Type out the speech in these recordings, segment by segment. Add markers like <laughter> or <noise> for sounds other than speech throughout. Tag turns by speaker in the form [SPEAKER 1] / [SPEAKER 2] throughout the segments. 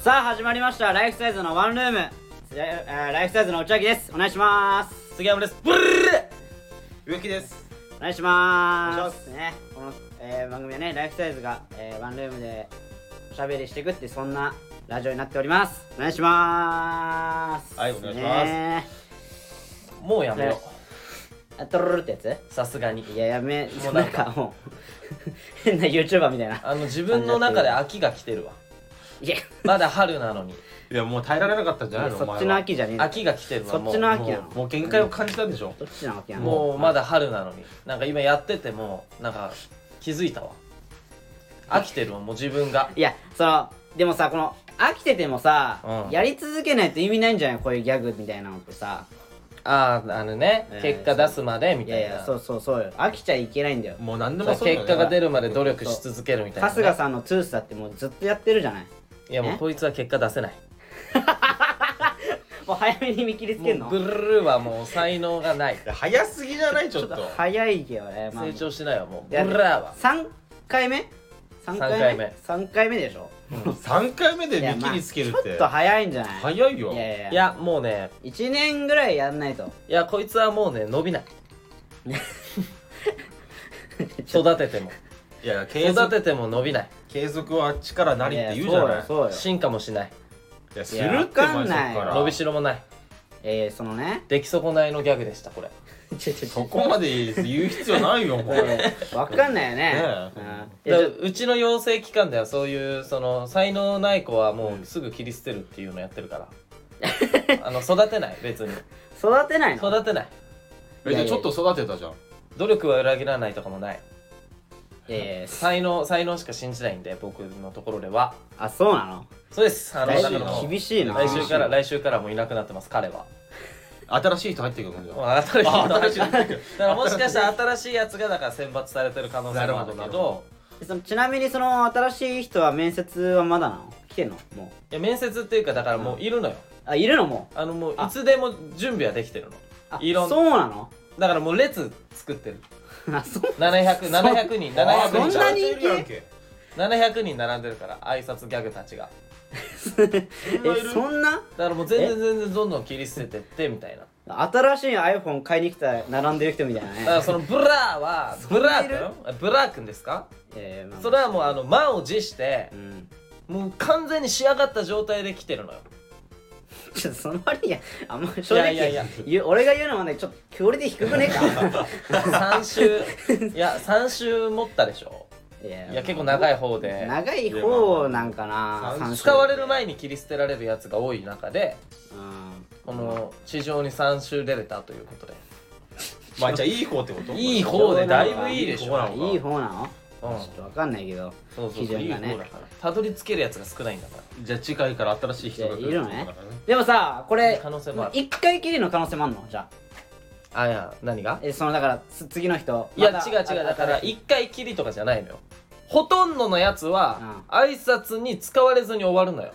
[SPEAKER 1] さあ始まりましたライフサイズのワンルームえーライフサイズのおちあきですお願いします
[SPEAKER 2] 杉山ですブルルル植木です
[SPEAKER 1] お願いしま
[SPEAKER 2] お願いし
[SPEAKER 1] すねこの、えー番組はねライフサイズが、えーワンルームでおしゃべりしていくってそんなラジオになっておりますお願いします
[SPEAKER 2] はいお願いします
[SPEAKER 1] ね
[SPEAKER 2] もうやめよ
[SPEAKER 1] あとろろってやつ
[SPEAKER 2] うさすがに
[SPEAKER 1] いややめ
[SPEAKER 2] もう
[SPEAKER 1] な
[SPEAKER 2] なんん
[SPEAKER 1] か
[SPEAKER 2] か
[SPEAKER 1] もう <laughs> 変な YouTuber みたいな
[SPEAKER 3] あの自分の中で秋が来てるわ
[SPEAKER 1] いや
[SPEAKER 3] まだ春なのに
[SPEAKER 2] いやもう耐えられなかったんじゃないの
[SPEAKER 1] そっちの秋じゃねえんだよ
[SPEAKER 3] 秋が来てるわ
[SPEAKER 1] そ
[SPEAKER 3] も
[SPEAKER 1] っ
[SPEAKER 3] う
[SPEAKER 1] ちの秋なの
[SPEAKER 2] もうもう限界を感じたんでしょ
[SPEAKER 1] どっちの秋なの
[SPEAKER 3] もうまだ春なのになんか今やっててもなんか気づいたわ飽きてるわもう自分が
[SPEAKER 1] いやそのでもさこの飽きててもさ、
[SPEAKER 3] うん
[SPEAKER 1] やり続けないと意味ないんじゃないこういうギャグみたいなのってさ
[SPEAKER 3] あああのね
[SPEAKER 1] えー
[SPEAKER 3] 結果出すまでみ
[SPEAKER 1] い
[SPEAKER 3] た
[SPEAKER 1] や
[SPEAKER 3] い
[SPEAKER 1] い
[SPEAKER 3] な
[SPEAKER 1] やそうそうそうよ飽きちゃいけないんだよ
[SPEAKER 2] もう何でも
[SPEAKER 3] そう
[SPEAKER 2] そうだよ
[SPEAKER 3] 結
[SPEAKER 2] ね
[SPEAKER 3] 果が出るまで努力し続けるみたいなね
[SPEAKER 1] 春日さんのトゥースだってもうずっとやってるじゃない
[SPEAKER 3] いやもうこいつは結果出せない
[SPEAKER 1] もう早めに見切りつけるの
[SPEAKER 3] もうブルルルはもう才能がない
[SPEAKER 2] いや早すぎじゃないち
[SPEAKER 1] ち
[SPEAKER 2] ょ
[SPEAKER 1] ょ
[SPEAKER 2] っ
[SPEAKER 1] っ
[SPEAKER 2] と
[SPEAKER 1] と早いけどね、まあ、
[SPEAKER 3] 成長しないわもうブ
[SPEAKER 1] いや
[SPEAKER 3] ルルラは
[SPEAKER 1] 3回目3
[SPEAKER 3] 三
[SPEAKER 1] 回目
[SPEAKER 3] 回目
[SPEAKER 1] 3回目でしょ
[SPEAKER 2] 3回目で
[SPEAKER 1] いや
[SPEAKER 2] 見
[SPEAKER 1] まあ
[SPEAKER 2] 切りつけるっ
[SPEAKER 1] ちょ
[SPEAKER 2] て
[SPEAKER 1] っと早いんじゃない
[SPEAKER 2] 早いよ
[SPEAKER 1] いやいや
[SPEAKER 3] いやもうね
[SPEAKER 1] 1年ぐらいやんないと
[SPEAKER 3] いやこいつはもうね伸びない育て
[SPEAKER 1] <laughs>
[SPEAKER 3] ても
[SPEAKER 2] いや継
[SPEAKER 3] 育
[SPEAKER 2] 続
[SPEAKER 3] てても伸びない
[SPEAKER 2] 継続は力なりって言うじゃないいや
[SPEAKER 1] そうよそうよ
[SPEAKER 3] 進化もしない
[SPEAKER 2] するって
[SPEAKER 1] いやわかんない
[SPEAKER 2] 前から
[SPEAKER 3] 伸びしろもない
[SPEAKER 1] えー、そのね
[SPEAKER 3] 出来損ないのギャグでしたこれ
[SPEAKER 1] ちょちょち
[SPEAKER 2] そ
[SPEAKER 1] ょ
[SPEAKER 2] こまで言う必要ないよもう
[SPEAKER 1] わかんないよね
[SPEAKER 2] ね
[SPEAKER 1] うん
[SPEAKER 3] だ
[SPEAKER 1] いや
[SPEAKER 3] からうちの養成機関ではそういうその才能ない子はもうすぐ切り捨てるっていうのやってる
[SPEAKER 1] <laughs>
[SPEAKER 3] からあの育てない別に
[SPEAKER 1] ちょ育てないの
[SPEAKER 3] 育てない
[SPEAKER 2] えじゃあちょっと育てたじゃん
[SPEAKER 3] 努力は裏切らないとかもない
[SPEAKER 1] いやいや
[SPEAKER 3] 才能才能しか信じないんで僕のところでは
[SPEAKER 1] あそうなの
[SPEAKER 3] そうですあの
[SPEAKER 1] 来週
[SPEAKER 3] だからもう
[SPEAKER 1] 厳しいな
[SPEAKER 3] 来週から来週からもういなくなってます彼は
[SPEAKER 2] 新しい人入ってくるんじゃん
[SPEAKER 3] もう新しい
[SPEAKER 2] あ新しい
[SPEAKER 3] だからもしかしたら新しいやつがだから選抜されてる可能性もあるけ
[SPEAKER 2] な
[SPEAKER 3] ど
[SPEAKER 2] るほど
[SPEAKER 1] そのちなみにその新しい人は面接はまだなの来てんのもう
[SPEAKER 3] いや面接っていうかだからもういるのよ、
[SPEAKER 1] あいるのもう
[SPEAKER 3] あのもうい
[SPEAKER 1] あ
[SPEAKER 3] つでも準備はできてるの
[SPEAKER 1] あ
[SPEAKER 3] いろん
[SPEAKER 1] そうなの
[SPEAKER 3] だからもう列作ってる
[SPEAKER 1] あそう
[SPEAKER 3] 700700人
[SPEAKER 2] あ
[SPEAKER 3] 700
[SPEAKER 1] そん
[SPEAKER 3] 人
[SPEAKER 1] なにいる
[SPEAKER 2] めっちゃいるやんけ
[SPEAKER 3] 700人並んでるから挨拶ギャグたちが
[SPEAKER 2] んないいる
[SPEAKER 1] えそんな
[SPEAKER 3] だからもう全然全然どんどん切り捨ててってみたいな
[SPEAKER 1] 新しい iPhone 買いに来た並んでる人みたいな
[SPEAKER 3] だから
[SPEAKER 1] ね
[SPEAKER 3] そのブラーはブラー君ブラー君ですか
[SPEAKER 1] えーまあ
[SPEAKER 3] それはもうあの満を持して
[SPEAKER 1] うん
[SPEAKER 3] もう完全に仕上がった状態で来てるのよ
[SPEAKER 1] ちょっとその割にはあんま正直
[SPEAKER 3] いやいやいや
[SPEAKER 1] 言う俺が言うのもねちょっとクオリティ低くねえ
[SPEAKER 3] <laughs>
[SPEAKER 1] か
[SPEAKER 3] 3週いや3週持ったでしょ
[SPEAKER 1] いや
[SPEAKER 3] いや結構長い方で
[SPEAKER 1] 長い方なんかな
[SPEAKER 2] やまあ
[SPEAKER 1] 三
[SPEAKER 3] 使われる
[SPEAKER 1] 前
[SPEAKER 3] 前に切り捨てられるやつが多い中でこの地上に3周出れたということで、
[SPEAKER 2] まあじゃあいい方ってこと
[SPEAKER 3] いい方でだいぶいいでしょ
[SPEAKER 2] なのか
[SPEAKER 1] いい方なの
[SPEAKER 3] うん
[SPEAKER 1] ちょっとわかんないけど
[SPEAKER 3] そうそ
[SPEAKER 1] 基
[SPEAKER 3] うそう
[SPEAKER 1] 準
[SPEAKER 3] いい
[SPEAKER 1] がね
[SPEAKER 3] 方だからたどり着けるやつが少ないんだから
[SPEAKER 2] じゃあ次回から新しい人が来る
[SPEAKER 1] いやいるのね
[SPEAKER 2] ってことだから
[SPEAKER 1] でもさこれ
[SPEAKER 3] 可能性もある
[SPEAKER 1] 一回きりの可能性もあんのじゃあ
[SPEAKER 3] あいや何が
[SPEAKER 1] えそのだからつ次の人
[SPEAKER 3] いや
[SPEAKER 1] ま
[SPEAKER 3] 違う違うだから
[SPEAKER 1] あ
[SPEAKER 3] 1回きりとかじゃないのよほとんどのやつは挨拶に使われずに終わるのよ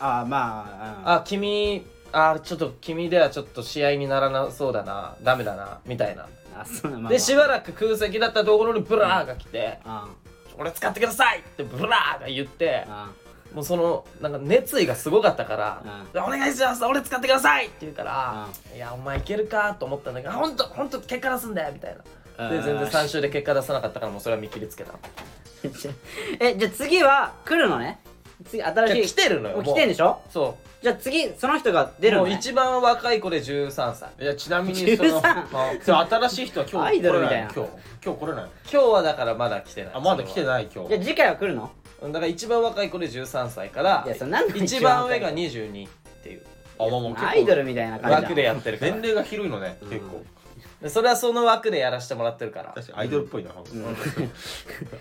[SPEAKER 1] あまあ
[SPEAKER 3] あ君あちょっと君ではちょっと試合にならなそうだなダメだなみたいな
[SPEAKER 1] ああそうなまあまあ
[SPEAKER 3] でしばらく空席だったところにブラーが来て
[SPEAKER 1] あ
[SPEAKER 3] 「俺使ってください!」ってブラーが言って
[SPEAKER 1] あ
[SPEAKER 3] もうそのなんか熱意がすごかったから「お願いします俺使ってください!」って言うから「いやお前いけるか?」と思ったんだけど「本当本当結果出すんだよ」みたいな
[SPEAKER 1] う
[SPEAKER 3] で
[SPEAKER 1] ん
[SPEAKER 3] 全然3周で結果出さなかったからもうそれは見切りつけたい
[SPEAKER 1] あじゃあ <laughs> えじゃあ次は来るのね次
[SPEAKER 3] や
[SPEAKER 1] 新
[SPEAKER 3] 来
[SPEAKER 1] しい
[SPEAKER 3] てるのよ
[SPEAKER 1] もう
[SPEAKER 3] も
[SPEAKER 1] 来
[SPEAKER 3] う
[SPEAKER 1] てんでしょ
[SPEAKER 3] そ
[SPEAKER 1] じゃあ次その人が
[SPEAKER 3] う
[SPEAKER 1] 出る
[SPEAKER 3] も
[SPEAKER 1] の
[SPEAKER 3] う
[SPEAKER 1] ね
[SPEAKER 3] 一番若い子で13歳
[SPEAKER 2] いやちなみにその <laughs>
[SPEAKER 1] 13
[SPEAKER 2] そう新しい人は今日
[SPEAKER 1] アイドルみたいな
[SPEAKER 2] 来れの今日今日来れない
[SPEAKER 3] 今日はだからまだ来てない
[SPEAKER 2] あまだ来て
[SPEAKER 3] い
[SPEAKER 2] ない今
[SPEAKER 1] じゃあ
[SPEAKER 2] 日
[SPEAKER 1] 次回は来るの
[SPEAKER 3] だから一番若い子で13歳から
[SPEAKER 1] いやそれなんで
[SPEAKER 3] 一番上が22っていう
[SPEAKER 2] あまあもう結構
[SPEAKER 1] アイドルみたいな感じ
[SPEAKER 3] 枠でやってるか
[SPEAKER 2] 年
[SPEAKER 3] ら
[SPEAKER 2] 齢が広いのね結構
[SPEAKER 3] でそれはその枠でやらせてもらってるから
[SPEAKER 2] 確かにアイドルっぽいな本当に <laughs>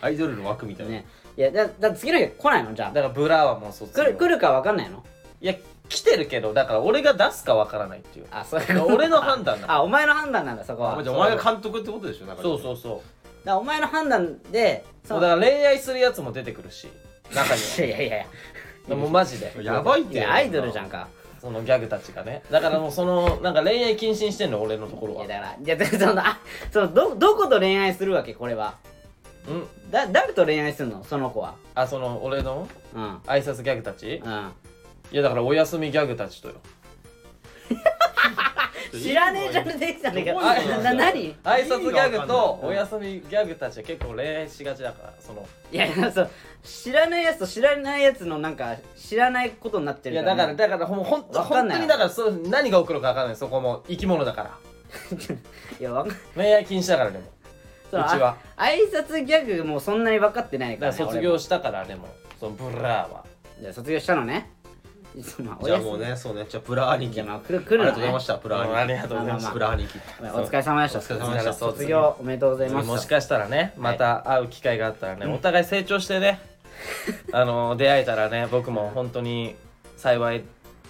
[SPEAKER 2] アイドルの枠みたいな
[SPEAKER 1] ねいやだだ次の日来ないのじゃ
[SPEAKER 3] だか
[SPEAKER 1] あ
[SPEAKER 3] らブラはもう卒業
[SPEAKER 1] 来る来るかわかんないの
[SPEAKER 3] いや来てるけどだから俺が出すかわからないっていう
[SPEAKER 1] あそう
[SPEAKER 3] だから俺の判断なの
[SPEAKER 1] あお前の判断なんだそこは
[SPEAKER 2] あじゃあお前が監督ってことでしょなんか
[SPEAKER 3] そうそう
[SPEAKER 1] だ
[SPEAKER 3] そう
[SPEAKER 1] からお前の判断で
[SPEAKER 3] そ
[SPEAKER 1] そうの
[SPEAKER 3] だから恋愛するやつも出てくるし中に
[SPEAKER 1] い
[SPEAKER 2] <laughs>
[SPEAKER 1] やいやいやい
[SPEAKER 3] はもうマジで
[SPEAKER 2] やばいっ
[SPEAKER 1] や
[SPEAKER 2] て
[SPEAKER 1] いやアイドルじゃんか
[SPEAKER 3] そのギャグたちがねだからもうそのなんか恋愛禁止にしてんの俺のところ
[SPEAKER 1] い
[SPEAKER 3] は
[SPEAKER 1] やだからいやだからそのあそのどどこと恋愛するわけこれは
[SPEAKER 3] うん
[SPEAKER 1] だ誰と恋愛するのその子は
[SPEAKER 3] あその俺の
[SPEAKER 1] うん
[SPEAKER 3] 挨拶ギャグたち
[SPEAKER 1] うん
[SPEAKER 3] いやだからお休みギャグたちとよ
[SPEAKER 1] 知らねえジャンルできたんだけど
[SPEAKER 2] ど
[SPEAKER 1] あ
[SPEAKER 2] ういうこと
[SPEAKER 1] な何
[SPEAKER 3] 挨拶ギャ
[SPEAKER 2] 意
[SPEAKER 3] グ
[SPEAKER 2] 味がわかんない
[SPEAKER 3] とお休みギャグたちは結構恋愛しがちだからその
[SPEAKER 1] いやそう知らないやつと知らないやつのなんか知らないことになって
[SPEAKER 3] い
[SPEAKER 1] るか
[SPEAKER 3] や
[SPEAKER 1] ら
[SPEAKER 3] だ
[SPEAKER 1] ね、
[SPEAKER 3] からだからほんほんと
[SPEAKER 1] わかん
[SPEAKER 3] 本
[SPEAKER 1] ない
[SPEAKER 3] 当にだからそう何が起こるか分かんないそこも生き物だから
[SPEAKER 1] いやわかん
[SPEAKER 3] 恋愛禁止だからでも
[SPEAKER 1] そう
[SPEAKER 3] うちは
[SPEAKER 1] あ挨拶ギャグもうそんなに分かってない
[SPEAKER 3] だ
[SPEAKER 1] か、ね、
[SPEAKER 3] からら卒
[SPEAKER 1] 俺
[SPEAKER 3] 業
[SPEAKER 1] も
[SPEAKER 3] したからでもそのブラーは
[SPEAKER 1] じゃあ卒業したのねいつもまあお
[SPEAKER 2] じゃ
[SPEAKER 1] や
[SPEAKER 2] あ
[SPEAKER 1] すみ
[SPEAKER 2] もうね、そうね、じゃあプラー兄
[SPEAKER 1] じ
[SPEAKER 2] 貴。
[SPEAKER 1] ゃあまあ
[SPEAKER 2] あ
[SPEAKER 1] 来る来る
[SPEAKER 2] り
[SPEAKER 1] の、
[SPEAKER 2] が
[SPEAKER 1] ね、
[SPEAKER 2] とうございました、プラー兄貴。
[SPEAKER 3] うんありがとうございま
[SPEAKER 1] した
[SPEAKER 2] プラー兄貴。
[SPEAKER 1] お疲れ様でした
[SPEAKER 2] お疲れ様でした
[SPEAKER 1] 卒業おめでとうございます
[SPEAKER 3] もしかしたらねまた会う機会があったらね、お互い成長し
[SPEAKER 1] <laughs>
[SPEAKER 3] てねあの出会えたらね僕も本当に幸い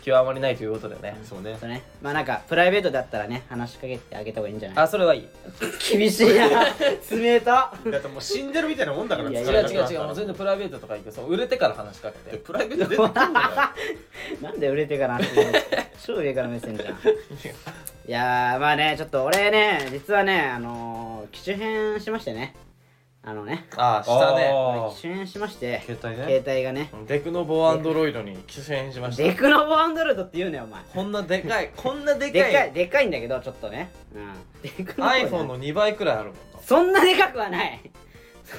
[SPEAKER 3] 極まりないということでね、
[SPEAKER 2] そうね
[SPEAKER 1] そ。うねまあなんかプライベートだったらね話しかけてあげた方がいいんじゃない
[SPEAKER 3] あそれはいい
[SPEAKER 1] 厳しいな <laughs> 冷た
[SPEAKER 2] だってもう死んでるみたいなもんだから、
[SPEAKER 1] いや
[SPEAKER 3] 違
[SPEAKER 1] いうや
[SPEAKER 3] 違う違うもう全然プライベートとか行くそう売れてから話しかけて
[SPEAKER 2] でプライベート出てくるん
[SPEAKER 1] <laughs>
[SPEAKER 2] だよ。
[SPEAKER 1] なんで売れてからっていうの超上から目線じゃんいやーまあねちょっと俺ね実はねあのー、機種変しましてねあのね
[SPEAKER 3] ああしたね
[SPEAKER 2] あー
[SPEAKER 1] 機種変しまして
[SPEAKER 2] 携帯ね
[SPEAKER 1] 携帯がね
[SPEAKER 3] デクノボアンドロイドに寄生しまし
[SPEAKER 1] デ
[SPEAKER 3] た
[SPEAKER 1] クノボアンドロイドって言うねお前
[SPEAKER 3] こんなでかいこんなでか
[SPEAKER 1] で
[SPEAKER 3] い
[SPEAKER 1] かいでかいんだけどちょっとねうんデクノボ
[SPEAKER 3] iPhone の2倍くらいあるもんな
[SPEAKER 1] そんなでかくはない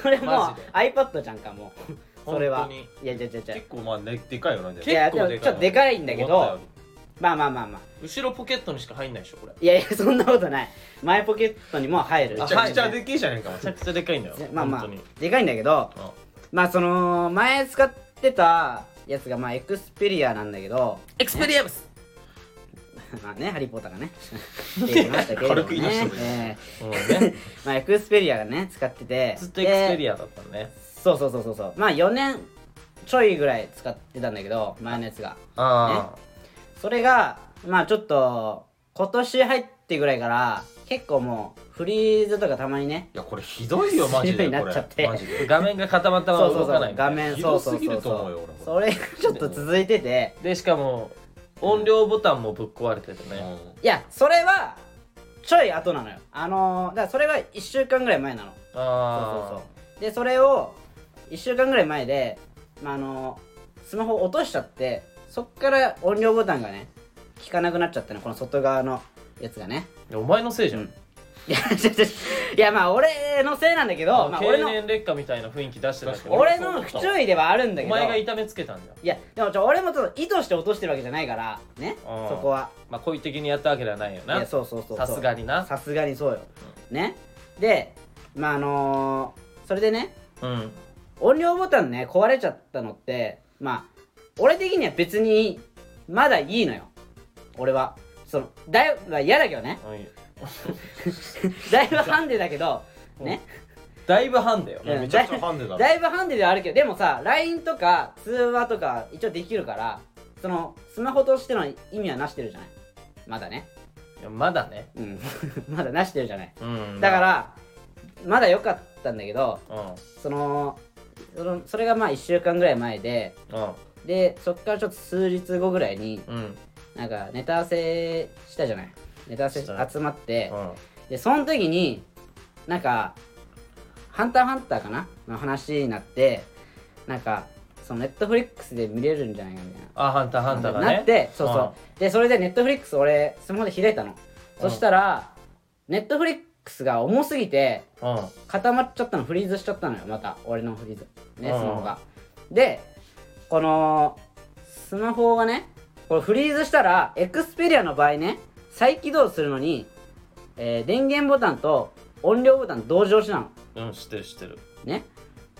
[SPEAKER 1] それもう
[SPEAKER 3] マジで
[SPEAKER 1] iPad じゃんかもうそれは
[SPEAKER 3] 本当に
[SPEAKER 1] いやいやいやいや
[SPEAKER 2] 結構まあ、ね、でかいよな、じゃ
[SPEAKER 1] いや
[SPEAKER 3] 結構でかい
[SPEAKER 1] ちょっとでかいんだけ
[SPEAKER 2] 思ったよ
[SPEAKER 1] どまあまあまあまあ
[SPEAKER 3] 後ろポケットにしか入んないでしょこれめ
[SPEAKER 1] いやいや <laughs> そんなことない前ポケットにも入る
[SPEAKER 2] り。め
[SPEAKER 3] あ
[SPEAKER 2] ちゃくちゃでけえじゃねえかも。
[SPEAKER 3] ちゃくちゃでかいんだよ
[SPEAKER 1] まあま
[SPEAKER 3] 本当に
[SPEAKER 1] あでかいんだけど
[SPEAKER 3] あ
[SPEAKER 1] まあその前使ってたやつがまあエクスペリアなんだけど <laughs>
[SPEAKER 3] エクスペリアムス
[SPEAKER 1] まあねハリー・ポッターがね出てきましたけれども
[SPEAKER 2] 軽く言い出した
[SPEAKER 1] ね
[SPEAKER 2] もん
[SPEAKER 1] え
[SPEAKER 3] うん
[SPEAKER 1] <laughs> え
[SPEAKER 3] ね
[SPEAKER 1] まあエクスペリアがね使ってて
[SPEAKER 3] ずっとエクスペ
[SPEAKER 1] ア
[SPEAKER 3] リアだったのね
[SPEAKER 1] そうそうそうそうそうまあ4年ちょいぐらい使ってたんだけど前のやつが
[SPEAKER 3] あ
[SPEAKER 1] それがまあちょっと今年入ってぐらいから結構もうフリーズとかたまにね
[SPEAKER 2] いや、これひどいよ、マジ
[SPEAKER 1] ひどい
[SPEAKER 2] で。
[SPEAKER 1] な
[SPEAKER 2] こ
[SPEAKER 1] っ
[SPEAKER 2] れ
[SPEAKER 1] ちゃって
[SPEAKER 2] マジ
[SPEAKER 3] あ
[SPEAKER 2] で。
[SPEAKER 3] 画面が固まったま
[SPEAKER 1] そ
[SPEAKER 3] ま
[SPEAKER 1] うそう
[SPEAKER 3] 動
[SPEAKER 1] そ
[SPEAKER 3] かないうみた
[SPEAKER 1] 画
[SPEAKER 3] いな
[SPEAKER 1] 面
[SPEAKER 2] ひ
[SPEAKER 1] そう
[SPEAKER 2] ど
[SPEAKER 1] そう
[SPEAKER 2] すぎ
[SPEAKER 1] そう
[SPEAKER 2] ると思うよ
[SPEAKER 1] そう
[SPEAKER 2] 俺
[SPEAKER 1] それがちょっと続いてて
[SPEAKER 3] でしかも音量ボタンもぶっ壊れててね、
[SPEAKER 2] う
[SPEAKER 1] いやそれはちょい後なのよあのー、だからそれは1週間ぐらい前なの
[SPEAKER 3] ああ
[SPEAKER 1] そうそうそうでそれを1週間ぐらい前で、まあ、あのスマホを落としちゃってそっから音量ボタンがね効かなくなっちゃったのこの外側のやつがね
[SPEAKER 3] いやお前のせいじゃん、
[SPEAKER 1] うんいやちょちょいやまあ俺のせいなんだけ
[SPEAKER 3] あ
[SPEAKER 1] ど、
[SPEAKER 3] の
[SPEAKER 1] まあ、
[SPEAKER 3] 経
[SPEAKER 1] 俺の
[SPEAKER 3] 年劣化みたいな雰囲気出してたけど
[SPEAKER 1] 俺の不注意ではあるんだ
[SPEAKER 3] お
[SPEAKER 1] けど
[SPEAKER 3] 前が
[SPEAKER 1] い
[SPEAKER 3] 痛めつけたんだよ
[SPEAKER 1] やでもちょ俺もちょっと意図して落としてるわけじゃないからね
[SPEAKER 3] うん
[SPEAKER 1] そこは
[SPEAKER 3] まあ故意的にやったわけではないよ
[SPEAKER 1] いや
[SPEAKER 3] な
[SPEAKER 1] そうそうそうそう
[SPEAKER 3] さすがにな
[SPEAKER 1] さすがにそうよ、ねでまああのーそれでね
[SPEAKER 3] うん
[SPEAKER 1] 音量ボタンね壊れちゃったのってまあ俺的には別にまだいいのよ俺はそのだいぶ、まあ、嫌だけど
[SPEAKER 2] <laughs>
[SPEAKER 1] ね
[SPEAKER 3] うん
[SPEAKER 1] だいぶハンデだけどね
[SPEAKER 3] だいぶ半だよ
[SPEAKER 1] うん
[SPEAKER 2] んめちゃくちゃファンデだ。
[SPEAKER 1] だいぶハンデではあるけどでもさ LINE とか通話とか一応できるからそのスマホとしての意味はなしてるじゃないまだね
[SPEAKER 3] いやまだね
[SPEAKER 1] うん <laughs> まだなしてるじゃない
[SPEAKER 3] うん
[SPEAKER 1] だからまだ良かったんだけど
[SPEAKER 3] うんうん
[SPEAKER 1] そのそのそれがまあ1週間ぐらい前ででそっからちょっと数日後ぐらいに
[SPEAKER 3] うんうん
[SPEAKER 1] なんかネタ合わせしたじゃないネタ合わせ
[SPEAKER 3] した
[SPEAKER 1] 集まってでその時になんか「ハンターハンター」かなの話になってなんかそのネットフリックスで見れるんじゃないかみたいな
[SPEAKER 3] あハンターハンターがね
[SPEAKER 1] なってそうそう、でそれでネットフリックス俺スマホで開いたの、そしたらネットフリックスが重すぎて
[SPEAKER 3] うんうん
[SPEAKER 1] 固まっちゃったのフリーズしちゃったのよまた俺のフリーズねス
[SPEAKER 3] うん
[SPEAKER 1] マホがでこのスマホがねこれフリーズしたらエクスペリアの場合ね再起動するのに、えー電源ボタンと音量ボタン同時押しなの
[SPEAKER 3] うん知ってる知ってる
[SPEAKER 1] ね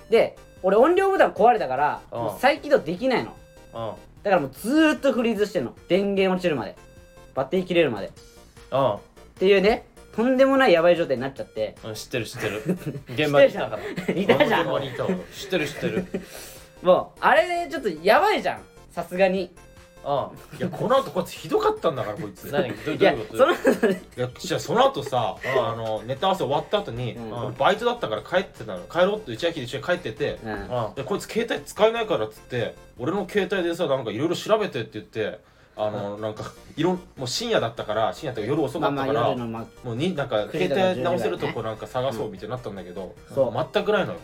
[SPEAKER 1] で俺音量ボタン壊れたから
[SPEAKER 3] うん
[SPEAKER 1] もう再起動できないの
[SPEAKER 3] うん
[SPEAKER 1] だからもうずーっとフリーズしてんの電源落ちるまでバッテリー切れるまでっ
[SPEAKER 3] うん
[SPEAKER 1] ていうねとんでもないやばい状態になっちゃって
[SPEAKER 3] うん、知ってる知っ
[SPEAKER 1] <laughs>
[SPEAKER 3] てる現場に来たから
[SPEAKER 1] いたじゃん
[SPEAKER 2] 俺も現場にいたわ
[SPEAKER 3] 知ってる知ってる
[SPEAKER 1] もうあれちょっとやばいじゃんさすがに
[SPEAKER 3] う
[SPEAKER 2] いや、この後こいつひどかったんだから、こいつ。
[SPEAKER 3] ん何ど
[SPEAKER 1] い
[SPEAKER 3] どう
[SPEAKER 1] や
[SPEAKER 3] いうこ
[SPEAKER 1] そ
[SPEAKER 3] と
[SPEAKER 1] の
[SPEAKER 2] いやじゃあその後さ
[SPEAKER 3] うん
[SPEAKER 2] あのネタ合わせ終わった後に、
[SPEAKER 1] うん
[SPEAKER 2] 俺バイトだったから帰ってたの帰ろうって打ち明けで一緒に帰ってて、
[SPEAKER 1] うん
[SPEAKER 2] でこいつ携帯使えないからっつって俺の携帯でさなんかいろいろ調べてって言ってあの、なんかいろんもう深夜だったから深夜とか夜遅
[SPEAKER 1] ま
[SPEAKER 2] か
[SPEAKER 1] あ
[SPEAKER 2] っ
[SPEAKER 1] ま
[SPEAKER 2] た
[SPEAKER 1] あ
[SPEAKER 2] から、
[SPEAKER 1] 夜のま
[SPEAKER 2] もうになんか
[SPEAKER 1] 9時とか
[SPEAKER 2] 携帯直せる
[SPEAKER 1] 10時ぐらいね
[SPEAKER 2] とこなんか探そうみたいになったんだけど、
[SPEAKER 1] そう
[SPEAKER 2] 全くないのよ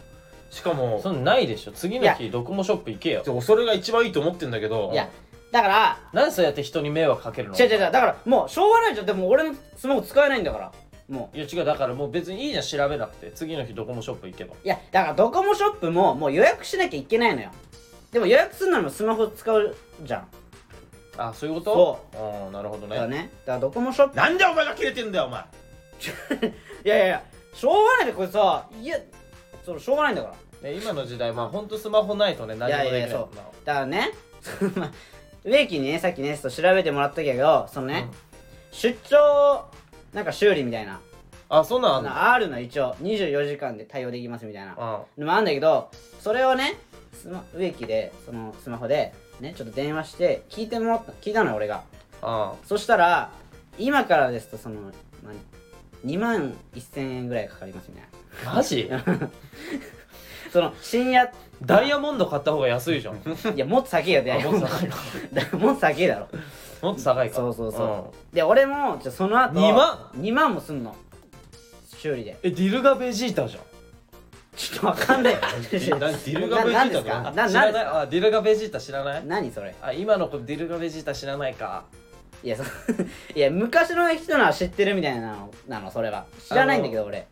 [SPEAKER 2] しか
[SPEAKER 3] うん
[SPEAKER 2] も
[SPEAKER 3] そんなんないでしょ次の日ドコモショップ行けよ
[SPEAKER 2] そうそれが一番いいと思ってんだけど
[SPEAKER 1] いやだから
[SPEAKER 3] なんでそうやって人に迷惑かけるの
[SPEAKER 1] 違う違う違うだからもうしょうがないじゃんでも俺のスマホ使えないんだからもう
[SPEAKER 3] いや違うだからもう別にいいじゃん調べなくて次の日ドコモショップ行けば
[SPEAKER 1] いやだからドコモショップももう予約しなきゃいけないのよでも予約するのにもスマホ使うじゃん
[SPEAKER 3] あそういうこと
[SPEAKER 1] そう
[SPEAKER 3] あなるほど
[SPEAKER 1] だから
[SPEAKER 3] ね
[SPEAKER 1] ねだからドコモショップ
[SPEAKER 2] なんでお前が切れてんだよお前
[SPEAKER 1] いやいやいやしょうがないでこれさいやそのしょうがないんだから
[SPEAKER 3] ね今の時代まあほんとスマホないとね何もできない
[SPEAKER 1] いやいやそうだからね <laughs> まあ植木にねさっきねちょっと調べてもらったけどそのね、出張なんか修理みたいな
[SPEAKER 3] あそんなんあんの
[SPEAKER 1] な R の一応24時間で対応できますみたいな
[SPEAKER 3] うん
[SPEAKER 1] のもあるんだけどそれをねスマ植木でそのスマホでねちょっと電話して聞いてもらった聞いたのよ俺が
[SPEAKER 3] うん
[SPEAKER 1] そしたら今からですとその、まあ、2万1000円ぐらいかかりますみたいな <laughs>
[SPEAKER 3] マジ
[SPEAKER 1] その深夜 <laughs>
[SPEAKER 3] ダイヤモンド買った方が安いじゃん
[SPEAKER 1] いやもっと先やで
[SPEAKER 3] あも
[SPEAKER 1] <laughs>
[SPEAKER 3] っと
[SPEAKER 1] も
[SPEAKER 3] 高いか
[SPEAKER 1] っと先だろ
[SPEAKER 3] もっと高いか
[SPEAKER 1] そうそうそう、
[SPEAKER 3] ん
[SPEAKER 1] で俺もじゃあその後
[SPEAKER 3] 2万
[SPEAKER 1] 2万もすんの修理で
[SPEAKER 3] えディルガベジータじゃん
[SPEAKER 1] ちょっとわかん <laughs>
[SPEAKER 3] <laughs>
[SPEAKER 1] ない
[SPEAKER 2] ディルガベジ
[SPEAKER 1] 何で
[SPEAKER 2] ー
[SPEAKER 1] すか
[SPEAKER 2] タ
[SPEAKER 1] な
[SPEAKER 3] 知
[SPEAKER 1] な
[SPEAKER 3] ら
[SPEAKER 1] んで
[SPEAKER 3] ないあディルガベジータ知らない
[SPEAKER 1] 何それ
[SPEAKER 3] あ今の子ディルガベジータ知らないか
[SPEAKER 1] いやそ <laughs> いや昔の人のは知ってるみたいなのなのそれは知らないんだけど俺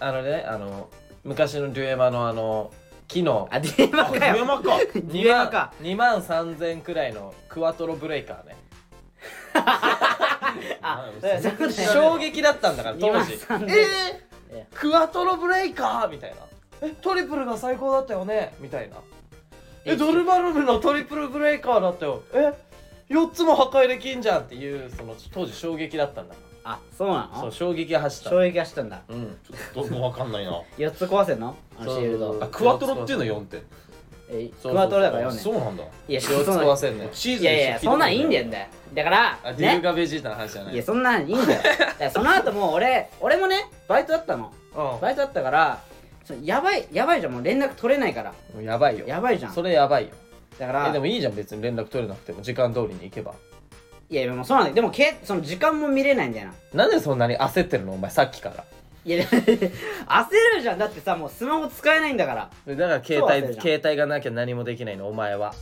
[SPEAKER 3] あのねあの昔のデュエマのあの木の
[SPEAKER 1] あディーマか
[SPEAKER 2] 上
[SPEAKER 1] よ
[SPEAKER 2] 山か
[SPEAKER 1] デ
[SPEAKER 3] 2
[SPEAKER 1] ュエマ
[SPEAKER 3] 万
[SPEAKER 1] か
[SPEAKER 3] 2万3000くらいのクワトロブレーカーね
[SPEAKER 1] あ
[SPEAKER 2] うん
[SPEAKER 1] そうそうだよ
[SPEAKER 3] 衝撃だったんだから当時
[SPEAKER 1] 2万3000
[SPEAKER 3] えークワトロブレーカーみたいなえトリプルが最高だったよねみたいなえドルバルムのトリプルブレーカーだったよえ4つも破壊できんじゃんっていうその当時衝撃だったんだか
[SPEAKER 1] あそうな
[SPEAKER 3] らそう
[SPEAKER 1] の
[SPEAKER 3] 衝撃が走った
[SPEAKER 1] 衝撃がしたんだ
[SPEAKER 3] うん
[SPEAKER 2] ちょっとどうもわかんな
[SPEAKER 1] <laughs>
[SPEAKER 2] いな
[SPEAKER 1] 4つ壊せんのあの
[SPEAKER 3] そう
[SPEAKER 1] シールド
[SPEAKER 2] あクワトロっていうの4って
[SPEAKER 1] え
[SPEAKER 3] そうそう
[SPEAKER 1] クワトロだから4
[SPEAKER 2] そ
[SPEAKER 1] ね
[SPEAKER 2] うなんだ
[SPEAKER 1] いや
[SPEAKER 3] 気を
[SPEAKER 1] そ
[SPEAKER 3] 使
[SPEAKER 1] んな
[SPEAKER 3] わせんね
[SPEAKER 2] シーズン
[SPEAKER 1] いやいやそんなんいいんだよだから
[SPEAKER 3] あディ
[SPEAKER 1] ね
[SPEAKER 3] ルガベジータの話じゃない
[SPEAKER 1] いやそんなんいいんだよ
[SPEAKER 3] <laughs>
[SPEAKER 1] だからその後もう俺俺もねバイトだったの
[SPEAKER 3] う
[SPEAKER 1] バイトだったからそのやばいやばいじゃんもう連絡取れないから
[SPEAKER 3] んもうやばいよ
[SPEAKER 1] やばいじゃん
[SPEAKER 3] それやばいよ
[SPEAKER 1] だから
[SPEAKER 3] えでもいいじゃん別に連絡取れなくても時間通りに行けば
[SPEAKER 1] いやいやもうそうなんだよでもけその時間も見れないみたいな
[SPEAKER 3] なんでそんなに焦ってるのお前さっきから
[SPEAKER 1] いや焦るじゃんだってさもうスマホ使えないんだから
[SPEAKER 3] でだから携
[SPEAKER 1] そう焦る
[SPEAKER 3] 帯
[SPEAKER 1] じゃん
[SPEAKER 3] 携帯がなきゃ何もできないのお前は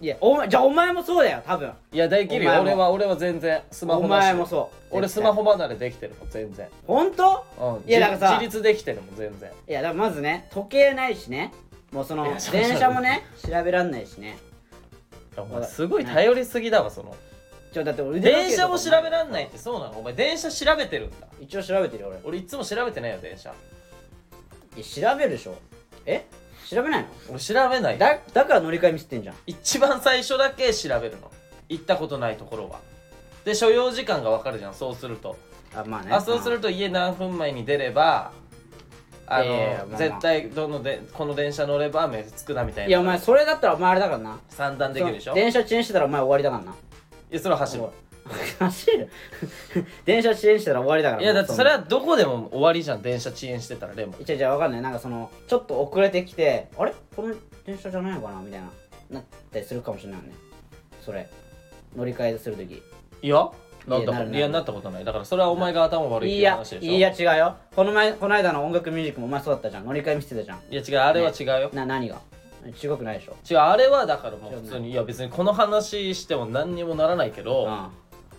[SPEAKER 3] い
[SPEAKER 1] やお前じゃあお前もそうだよ多分
[SPEAKER 3] いやできるよ
[SPEAKER 1] お前
[SPEAKER 3] 俺
[SPEAKER 1] も
[SPEAKER 3] は俺は全然スマホ
[SPEAKER 1] お
[SPEAKER 3] なし
[SPEAKER 1] 前もそう
[SPEAKER 3] 俺ス
[SPEAKER 1] 絶対
[SPEAKER 3] マホ離れできてるもん全然
[SPEAKER 1] 本当
[SPEAKER 3] うん
[SPEAKER 1] いやだからさ
[SPEAKER 3] 自立できてるもん全然
[SPEAKER 1] いやだからまずね時計ないしねもうその
[SPEAKER 3] いやそうそう
[SPEAKER 1] 電車もね調べらんないしね
[SPEAKER 3] お前すごい頼りすぎだわその
[SPEAKER 1] ちょだって俺腕時計
[SPEAKER 3] 電
[SPEAKER 1] とか
[SPEAKER 3] 車も調べらんないってそうなのお前電車調べてるんだ
[SPEAKER 1] 一応調べてるよ俺
[SPEAKER 3] 俺いつも調べてないよ電車
[SPEAKER 1] え調べるでしょえ調べないの
[SPEAKER 3] 俺調べない
[SPEAKER 1] だだから乗り換えミスってんじゃん
[SPEAKER 3] 一番最初だけ調べるの行ったことないところはで所要時間がわかるじゃんそうすると
[SPEAKER 1] あまあね
[SPEAKER 3] あそうすると家何分前に出ればあの、
[SPEAKER 1] いやいやまあまあ
[SPEAKER 3] 絶対どのでこの電車乗れば目つくなみたいない
[SPEAKER 1] やお前それだったらお前あれだからな
[SPEAKER 3] 三段できるでし
[SPEAKER 1] そ
[SPEAKER 3] ょ
[SPEAKER 1] の電車遅延してたらお前終わりだからない
[SPEAKER 3] やそれは走るわ
[SPEAKER 1] 走る <laughs> 電車遅延してたら終わりだから
[SPEAKER 3] いやだってそれは
[SPEAKER 1] も
[SPEAKER 3] どこでも終わりじゃん電車遅延してたらでも
[SPEAKER 1] うそんないやじゃあわかんないなんかそのちょっと遅れてきてあれこの電車じゃないのかなみたいななったりするかもしれないよねそれ乗り換えするとき
[SPEAKER 3] いやなっ
[SPEAKER 1] いや
[SPEAKER 3] た
[SPEAKER 1] なるな
[SPEAKER 3] こと
[SPEAKER 1] る
[SPEAKER 3] いやなったことないだからそれはお前が頭悪いっ
[SPEAKER 1] い
[SPEAKER 3] て
[SPEAKER 1] い
[SPEAKER 3] いう
[SPEAKER 1] や
[SPEAKER 3] 話でしょ
[SPEAKER 1] いいや違うよこの前この間の音楽ミュージックもお前そうだったじゃん乗り換え見せてたじゃん
[SPEAKER 3] いや違うあれは違うよ、
[SPEAKER 1] な何が違くないでしょ
[SPEAKER 3] 違うあれはだからもう普通にいや別にこの話しても何にもならないけど、
[SPEAKER 1] うん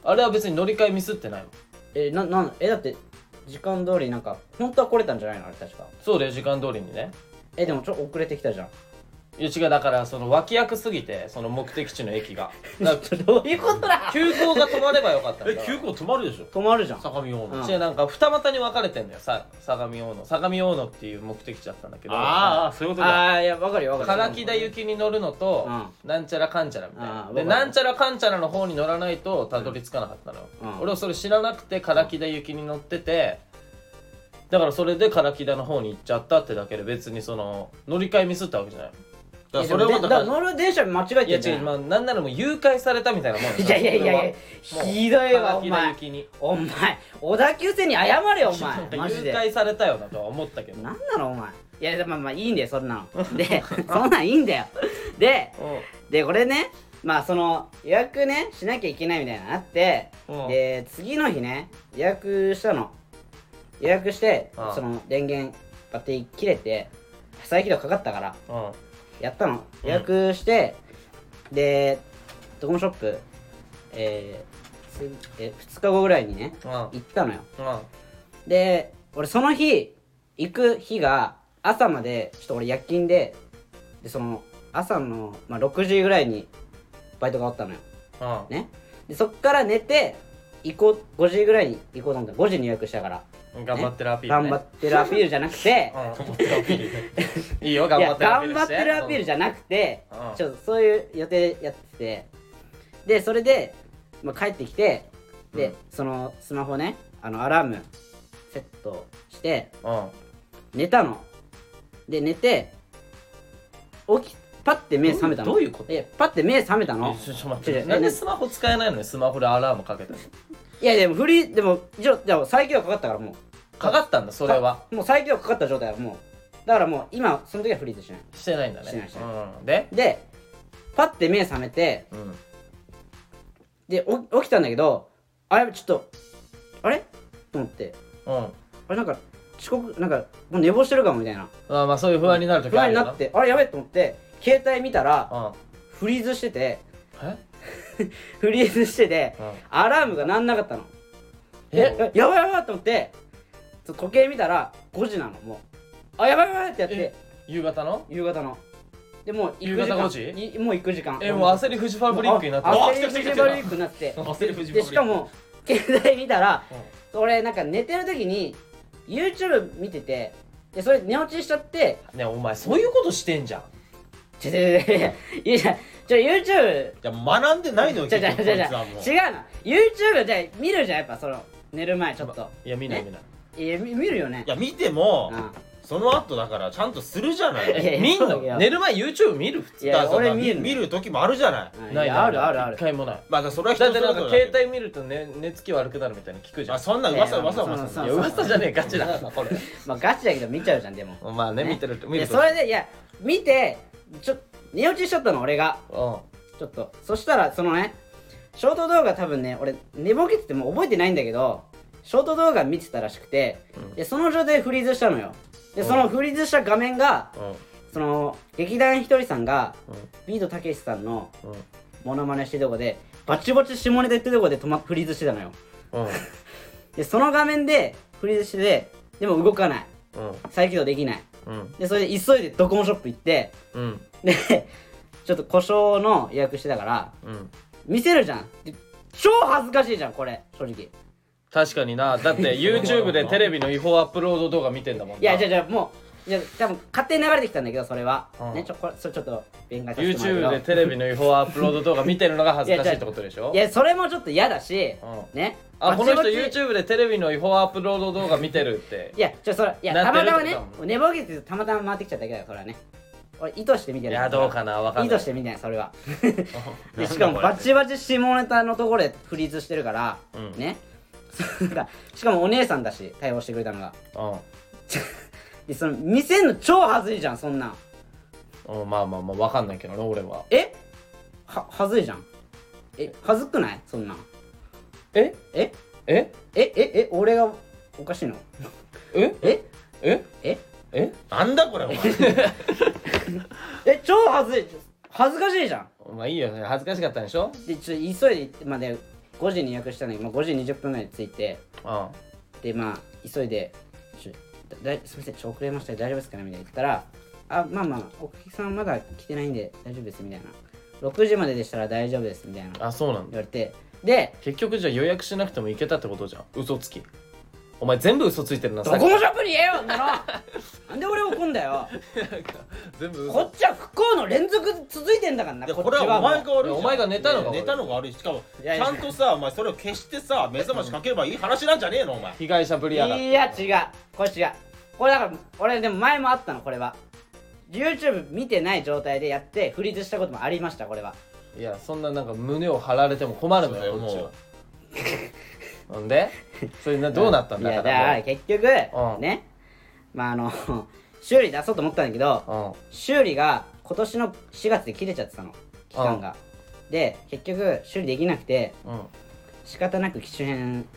[SPEAKER 3] あれは別に乗り換えミスってないもん
[SPEAKER 1] えななんえだって時間通りなんか本当は来れたんじゃないのあれ確か
[SPEAKER 3] そうだよ時間通りにね
[SPEAKER 1] えでもちょっと遅れてきたじゃん <laughs>
[SPEAKER 3] いや違うだからその脇役すぎてその目的地の駅がだか
[SPEAKER 1] どういうこと <laughs>
[SPEAKER 3] ら
[SPEAKER 1] だ
[SPEAKER 3] 急行が止まればよかったんだ
[SPEAKER 2] え
[SPEAKER 3] から
[SPEAKER 2] 9個止まるでしょ
[SPEAKER 1] 止まるじゃん
[SPEAKER 2] 相模大野
[SPEAKER 1] うん
[SPEAKER 3] 違うなんか二股に分かれてんだよさ相模大野相模大野っていう目的地だったんだけど
[SPEAKER 2] ああそういうことだ
[SPEAKER 1] ああいやわかるよわかる
[SPEAKER 3] 唐
[SPEAKER 1] よ
[SPEAKER 3] 木田行きに乗るのと、なんちゃらかんちゃらみたい
[SPEAKER 1] あ
[SPEAKER 3] な
[SPEAKER 1] ー
[SPEAKER 3] で
[SPEAKER 1] わかる
[SPEAKER 3] なんちゃらかんちゃらの方に乗らないとたどり着かなかったのよ、
[SPEAKER 1] うん
[SPEAKER 3] 俺はそれ知らなくて唐木田行きに乗っててだからそれで唐木田の方に行っちゃったってだけで別にその乗り換えミスったわけじゃない
[SPEAKER 2] だから
[SPEAKER 1] そ
[SPEAKER 2] そ
[SPEAKER 1] れ
[SPEAKER 2] れ
[SPEAKER 1] は
[SPEAKER 2] は
[SPEAKER 1] だか
[SPEAKER 2] だからら
[SPEAKER 1] 乗る電車間違え
[SPEAKER 3] い
[SPEAKER 1] て
[SPEAKER 3] や
[SPEAKER 1] んじゃ
[SPEAKER 3] 違
[SPEAKER 1] ん
[SPEAKER 3] う、まあ、なんならもう誘拐されたみたいなもん
[SPEAKER 1] いやいやいやいやひどいわ
[SPEAKER 3] 唐
[SPEAKER 1] お
[SPEAKER 3] 木田
[SPEAKER 1] 前
[SPEAKER 3] 行きに
[SPEAKER 1] お前小田急線に謝れよお
[SPEAKER 3] <laughs> なん
[SPEAKER 1] 前
[SPEAKER 3] か
[SPEAKER 1] マジ
[SPEAKER 3] 誘
[SPEAKER 1] で
[SPEAKER 3] 拐されたよなとは思ったけど、
[SPEAKER 1] なんなのお前いやでもまあいいんだよそんな
[SPEAKER 3] <laughs>
[SPEAKER 1] のでそんなんいいんだよででこれねまあその予約ねしなきゃいけないみたいなのあって
[SPEAKER 3] うん
[SPEAKER 1] で次の日ね予約したの予約して
[SPEAKER 3] うん
[SPEAKER 1] その電源バッテリー切れて再起動かかったから
[SPEAKER 3] うん
[SPEAKER 1] やったの予約して、でドコモショップ、えーつえ2日後ぐらいにね
[SPEAKER 3] うんうん
[SPEAKER 1] 行ったのよで俺その日行く日が朝までちょっと俺夜勤ででその朝の、まあ、6時ぐらいにバイトが終わったのよ
[SPEAKER 3] うん
[SPEAKER 1] ねでそっから寝て行こう5時ぐらいに行こうと思った5時に予約したから
[SPEAKER 3] 頑張ってるアピール、
[SPEAKER 1] 頑
[SPEAKER 3] ね、
[SPEAKER 1] 張ってるアピールじゃなくて
[SPEAKER 3] うん、頑張ってるアピールねいいよ頑
[SPEAKER 1] い
[SPEAKER 3] 張
[SPEAKER 1] や
[SPEAKER 3] ってるアピー
[SPEAKER 1] 頑
[SPEAKER 3] ル
[SPEAKER 1] 張ってるアピールじ
[SPEAKER 3] ゃ
[SPEAKER 1] ゃなくて
[SPEAKER 3] うん
[SPEAKER 1] ちょっとそういう予定やっててでそれで、まあ、帰ってきてで、
[SPEAKER 3] うん
[SPEAKER 1] そのスマホねあのアラームセットして
[SPEAKER 3] うん
[SPEAKER 1] 寝たので寝て起きパッて目覚めたの
[SPEAKER 3] どういうこと
[SPEAKER 1] えパッて目覚めたの
[SPEAKER 3] えちょちょ待っ
[SPEAKER 1] 違う違
[SPEAKER 3] て
[SPEAKER 1] う
[SPEAKER 3] なんでスマホ使えないのにスマホでアラームかけたの
[SPEAKER 1] いやでもフリーでもじゃでも最強はかかったからもう
[SPEAKER 3] かかったんだそれは
[SPEAKER 1] もう最強はかかった状態はもうだからもう今その時はフリーズしない
[SPEAKER 3] してないんだね
[SPEAKER 1] してないしてない
[SPEAKER 3] うん、で、
[SPEAKER 1] でパッて目覚めて
[SPEAKER 3] うん、
[SPEAKER 1] でお起きたんだけどあれちょっとあれと思って
[SPEAKER 3] うん
[SPEAKER 1] あれなんか遅刻なんかもう寝坊してるかもみたいな
[SPEAKER 3] まあまあそういう不安になる時
[SPEAKER 1] 不
[SPEAKER 3] あ
[SPEAKER 1] 安に
[SPEAKER 3] るよ
[SPEAKER 1] なってあれやべえと思って携帯見たら
[SPEAKER 3] な
[SPEAKER 1] フリーズしてて
[SPEAKER 3] うんえ
[SPEAKER 1] フリーズしてて
[SPEAKER 3] うん
[SPEAKER 1] アラームが鳴んなかったの
[SPEAKER 3] え
[SPEAKER 1] えやばいやばいと思ってちょっと時計見たら5時なのもうあやばいやばいってやって
[SPEAKER 3] え夕方の
[SPEAKER 1] 夕方のでもう行く時間
[SPEAKER 3] 夕方5
[SPEAKER 1] いもう行く時間
[SPEAKER 3] えもう焦りフジファブリックになってる
[SPEAKER 1] あ
[SPEAKER 2] あ
[SPEAKER 1] 焦りフジファブリックになって
[SPEAKER 3] 焦りフジファブリック
[SPEAKER 1] でしかも携帯見たら俺なんか寝てる時に YouTube 見ててでそれ寝落ちしちゃって
[SPEAKER 3] ねお前そういうことしてんじゃん
[SPEAKER 1] ちょちょちょいやちょちょ YouTube
[SPEAKER 2] いや学んでないのよ
[SPEAKER 1] ちょちょちょちょ違う
[SPEAKER 2] 結局こいつはもう
[SPEAKER 1] な YouTube じゃあ見るじゃんやっぱその寝る前ちょっと
[SPEAKER 3] いや見ない見ない
[SPEAKER 1] いやみ見るよね
[SPEAKER 2] いや見ても
[SPEAKER 1] うん
[SPEAKER 2] その後だからちゃんとするじゃない
[SPEAKER 1] いや
[SPEAKER 3] 見ん
[SPEAKER 1] いや
[SPEAKER 3] の寝る前 YouTube 見る普
[SPEAKER 1] い
[SPEAKER 3] 通
[SPEAKER 2] だから
[SPEAKER 1] や
[SPEAKER 2] その
[SPEAKER 1] 俺見る
[SPEAKER 2] 見る時もあるじゃない
[SPEAKER 1] うん
[SPEAKER 3] ない
[SPEAKER 1] いやあるあるある
[SPEAKER 3] 一回もない
[SPEAKER 2] まあだからそれは人
[SPEAKER 3] だっ
[SPEAKER 2] そ
[SPEAKER 3] て
[SPEAKER 2] れ
[SPEAKER 3] な
[SPEAKER 2] ぞ
[SPEAKER 3] ん
[SPEAKER 2] れ
[SPEAKER 3] か
[SPEAKER 2] だけ
[SPEAKER 3] 携
[SPEAKER 2] ど
[SPEAKER 3] 帯見ると寝寝つき悪くなるみたいなの聞くじゃ
[SPEAKER 2] あ
[SPEAKER 3] ん
[SPEAKER 2] そんない
[SPEAKER 1] や
[SPEAKER 2] 噂噂
[SPEAKER 1] まあ
[SPEAKER 2] 噂
[SPEAKER 1] そ
[SPEAKER 2] 噂
[SPEAKER 1] う
[SPEAKER 3] い
[SPEAKER 1] そ
[SPEAKER 3] や
[SPEAKER 1] う
[SPEAKER 3] 噂じゃねえガチ
[SPEAKER 1] <laughs>
[SPEAKER 3] だからこれ
[SPEAKER 1] まあガチだけど見ちゃうじゃんでも
[SPEAKER 3] まあね見てるって
[SPEAKER 1] い
[SPEAKER 3] 見
[SPEAKER 1] や
[SPEAKER 3] る
[SPEAKER 1] それでいや見てちょ寝落ちしちゃったの俺が
[SPEAKER 3] うん
[SPEAKER 1] ちょっとそしたらそのねショート動画多分ね俺寝ぼけてても覚えてないんだけどショート動画見てたらしくて、
[SPEAKER 3] うん
[SPEAKER 1] でその状態でフリーズしたのよで
[SPEAKER 3] うん
[SPEAKER 1] そのフリーズした画面が
[SPEAKER 3] うん
[SPEAKER 1] その劇団ひとりさんが
[SPEAKER 3] うん
[SPEAKER 1] ビートたけしさんの
[SPEAKER 3] うん
[SPEAKER 1] モノマネしてるとこでバチバチ下ネタ言ってるとこで止まフリーズしてたのよ
[SPEAKER 3] うん
[SPEAKER 1] でその画面でフリーズしててでも動かない再起動できない
[SPEAKER 3] うん
[SPEAKER 1] でそれで急いでドコモショップ行って
[SPEAKER 3] うん
[SPEAKER 1] でちょっと故障の予約してたから
[SPEAKER 3] うん
[SPEAKER 1] 見せるじゃんで超恥ずかしいじゃんこれ正直い
[SPEAKER 3] 確かになだって
[SPEAKER 1] <laughs>
[SPEAKER 3] YouTube でテレビの違法アップロード動画見てんだもんな
[SPEAKER 1] やじゃあじゃあもうじゃあ多分勝手に流れてきたんだけどそれは、
[SPEAKER 3] うん
[SPEAKER 1] ねちょこれそれちょっと弁解させてもら
[SPEAKER 3] YouTube
[SPEAKER 1] うけ
[SPEAKER 3] で
[SPEAKER 1] ど
[SPEAKER 3] テレビの違法アップロード動画見てるのが恥ずかしいってことでしょ
[SPEAKER 1] いやそれもちょっと嫌だし、
[SPEAKER 3] う
[SPEAKER 1] ね
[SPEAKER 3] あこの人
[SPEAKER 1] バチバチ
[SPEAKER 3] YouTube でテレビの違法アップロード動画見てるって
[SPEAKER 1] いやちょそれいや
[SPEAKER 3] な
[SPEAKER 1] た
[SPEAKER 3] って
[SPEAKER 1] ま
[SPEAKER 3] る
[SPEAKER 1] たまね
[SPEAKER 3] ってことだもん
[SPEAKER 1] 寝ぼけてたまたま回ってきちゃっただけだよそれはね俺意図して見て
[SPEAKER 3] い
[SPEAKER 1] る
[SPEAKER 3] やどうかなわかん
[SPEAKER 1] 意図
[SPEAKER 3] ない
[SPEAKER 1] して見てないそれはで
[SPEAKER 2] なんだ
[SPEAKER 1] しか
[SPEAKER 3] <laughs>
[SPEAKER 1] も
[SPEAKER 2] これ
[SPEAKER 1] バチバチ下ネタのところでフリーズしてるから、
[SPEAKER 3] うん
[SPEAKER 1] ね <laughs> そうだからしかもお姉さんだし対応してくれたのがでその見せんの超恥ずいじゃんそんなん
[SPEAKER 3] うんうんまあまあまあわかんないけどね俺は
[SPEAKER 1] えははずいじゃんえはずくないそんなん
[SPEAKER 3] え
[SPEAKER 1] え
[SPEAKER 3] え
[SPEAKER 1] えええ俺がおかしいの
[SPEAKER 3] え
[SPEAKER 1] え
[SPEAKER 3] え
[SPEAKER 1] え
[SPEAKER 3] え
[SPEAKER 2] なんだこれお前
[SPEAKER 1] え超はずい恥ずかしいじゃん
[SPEAKER 3] まあいいよ恥ずかしかったんでしょ
[SPEAKER 1] でちょ急いで行ってまあで5時に予約したんだけど、まあ、5時20分ぐらいに着いて
[SPEAKER 3] うん
[SPEAKER 1] でまあ急いでちょだだすみませんちょ遅れました大丈夫ですかねみたいな言ったらあまあまあお客さんまだ来てないんで大丈夫ですみたいな6時まででしたら大丈夫ですみたいな言
[SPEAKER 3] あそうなんだ
[SPEAKER 1] われて <laughs> で
[SPEAKER 3] 結局じゃあ予約しなくても行けたってことじゃん嘘つきお前全部嘘ついてるな
[SPEAKER 1] ド
[SPEAKER 3] さっき
[SPEAKER 1] コモショップに言えよんなのなんで俺怒んだよ
[SPEAKER 3] 全部
[SPEAKER 1] こっちは不幸の連続続いてんだからな
[SPEAKER 2] で
[SPEAKER 1] こっ
[SPEAKER 2] これ
[SPEAKER 1] ち
[SPEAKER 2] はお前
[SPEAKER 1] も
[SPEAKER 2] が悪いじゃん
[SPEAKER 3] お前が寝たのが悪い
[SPEAKER 2] 寝たのが悪いしかも
[SPEAKER 1] い
[SPEAKER 2] ち
[SPEAKER 1] やいや
[SPEAKER 2] ゃんとさお前それを消してさ目覚ましかければいい話なんじゃねえのお前
[SPEAKER 3] 被害者ぶりやがって
[SPEAKER 1] いや違うこれ違うこれだから俺でも前もあったのこれは YouTube 見てない状態でやってフリーズしたこともありましたこれはい
[SPEAKER 3] やそんななんか胸を張られても困るのよ
[SPEAKER 2] そう
[SPEAKER 3] こ
[SPEAKER 2] だ
[SPEAKER 3] っ
[SPEAKER 2] よ
[SPEAKER 3] ちは <laughs> ほんでそれなどうなったんだ
[SPEAKER 1] い
[SPEAKER 3] か
[SPEAKER 1] や
[SPEAKER 3] ら
[SPEAKER 1] だから
[SPEAKER 3] も
[SPEAKER 1] 結局、
[SPEAKER 3] うん
[SPEAKER 1] ねまああの <laughs> 修理出そうと思ったんだけど
[SPEAKER 3] う
[SPEAKER 1] 修理が今年の4月で切れちゃってたの期間がで結局修理できなくて
[SPEAKER 3] うんうん
[SPEAKER 1] 仕方なく機種変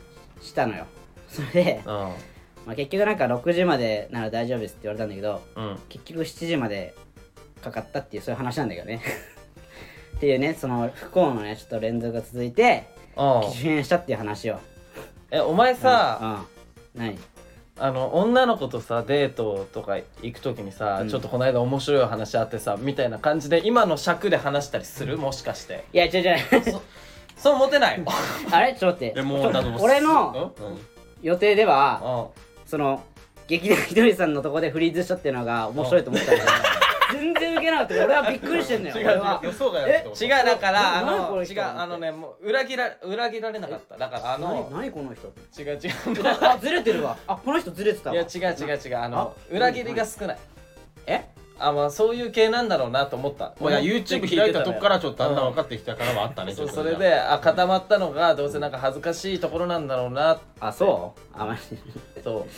[SPEAKER 1] したのよそれで、
[SPEAKER 3] うん
[SPEAKER 1] まあ、結局なんか6時までなら大丈夫ですって言われたんだけど
[SPEAKER 3] うん
[SPEAKER 1] <laughs> 結局7時までかかったっていうそういう話なんだけどねっていうねその不幸のねちょっと連続が続いて
[SPEAKER 3] うん
[SPEAKER 1] 機種変したっていう話を
[SPEAKER 3] えお前さ、
[SPEAKER 1] うん何
[SPEAKER 3] あの女の子とさデートとか行く時にさ、
[SPEAKER 1] うん
[SPEAKER 3] ちょっとこの間面白い話あってさみたいな感じで今の尺で話したりするもしかして
[SPEAKER 1] いや違う違う <laughs>
[SPEAKER 3] そうモテないうん
[SPEAKER 1] あれちょっと待って
[SPEAKER 2] えもうだと思う
[SPEAKER 1] 俺の予定では
[SPEAKER 3] あ
[SPEAKER 1] その劇団ひとりさんのとこでフリーズしたっていうのが面白いと思った
[SPEAKER 2] <laughs>
[SPEAKER 1] んだけど全然ウケなくて俺はびっくりしてんだよ
[SPEAKER 2] 違う違
[SPEAKER 1] 俺は
[SPEAKER 2] う予想外だった
[SPEAKER 3] 違うだからあ
[SPEAKER 1] な何こ
[SPEAKER 3] の
[SPEAKER 1] れ
[SPEAKER 3] 違うあのねもう裏切ら裏切られなかっただからあ
[SPEAKER 1] 何
[SPEAKER 3] の
[SPEAKER 1] 何この人
[SPEAKER 3] 違う違う
[SPEAKER 1] あずれてるわあこの人ずれてた
[SPEAKER 3] い
[SPEAKER 1] わ
[SPEAKER 3] や違う違う違うあの
[SPEAKER 1] あ
[SPEAKER 3] 裏切りが少ない
[SPEAKER 1] え
[SPEAKER 3] あまあそういう系なんだろうなと思った
[SPEAKER 2] もう
[SPEAKER 3] 俺
[SPEAKER 2] YouTube 開いたとこからちょっとだんだん
[SPEAKER 3] うん
[SPEAKER 2] 分かってきたからはあったね
[SPEAKER 3] そう
[SPEAKER 2] ちょ
[SPEAKER 3] そ
[SPEAKER 2] っとね
[SPEAKER 3] れであ固まったのがどうせなんか恥ずかしいところなんだろうな
[SPEAKER 1] あそうあまり
[SPEAKER 3] と
[SPEAKER 1] <laughs>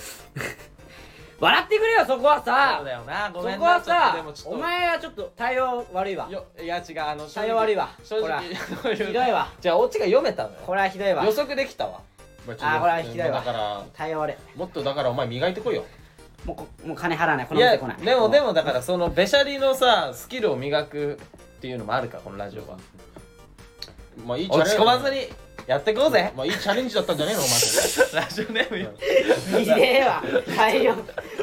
[SPEAKER 1] 笑ってくれよそこは
[SPEAKER 3] そう
[SPEAKER 1] さ
[SPEAKER 3] だよなご
[SPEAKER 1] そ
[SPEAKER 3] めん
[SPEAKER 1] こ
[SPEAKER 3] な
[SPEAKER 1] は
[SPEAKER 3] ちょっとで
[SPEAKER 1] さ
[SPEAKER 3] もちょっ
[SPEAKER 1] お
[SPEAKER 3] と
[SPEAKER 1] 前はちょっと対応悪いわ
[SPEAKER 3] よいや違うあの
[SPEAKER 1] 対応悪いわ
[SPEAKER 3] 正
[SPEAKER 1] ほら
[SPEAKER 3] 直 <laughs> そう
[SPEAKER 1] ひ
[SPEAKER 3] いう
[SPEAKER 1] どいわ
[SPEAKER 3] じゃあオチが読めたのよ
[SPEAKER 1] これはひどいわ
[SPEAKER 3] 予測できたわ
[SPEAKER 2] まあちょっと
[SPEAKER 1] あーこれは引きだよ
[SPEAKER 2] だから
[SPEAKER 1] 対応悪い
[SPEAKER 2] もっとだからお前磨いてこいよ
[SPEAKER 1] もうこもう金払わないこ
[SPEAKER 3] い
[SPEAKER 1] の
[SPEAKER 3] や
[SPEAKER 1] 店来ない
[SPEAKER 3] でもで
[SPEAKER 1] も
[SPEAKER 3] もだからそのべしゃりのさスキルを磨くっていうのもあるからこのラジオは
[SPEAKER 2] まあいいチャレン
[SPEAKER 3] 落
[SPEAKER 2] ジ
[SPEAKER 3] ち込まずにやっていこうぜ
[SPEAKER 2] まあいいチャレンジだったんじゃねえのお前
[SPEAKER 3] ラジオネームよ
[SPEAKER 1] うひでえわ対応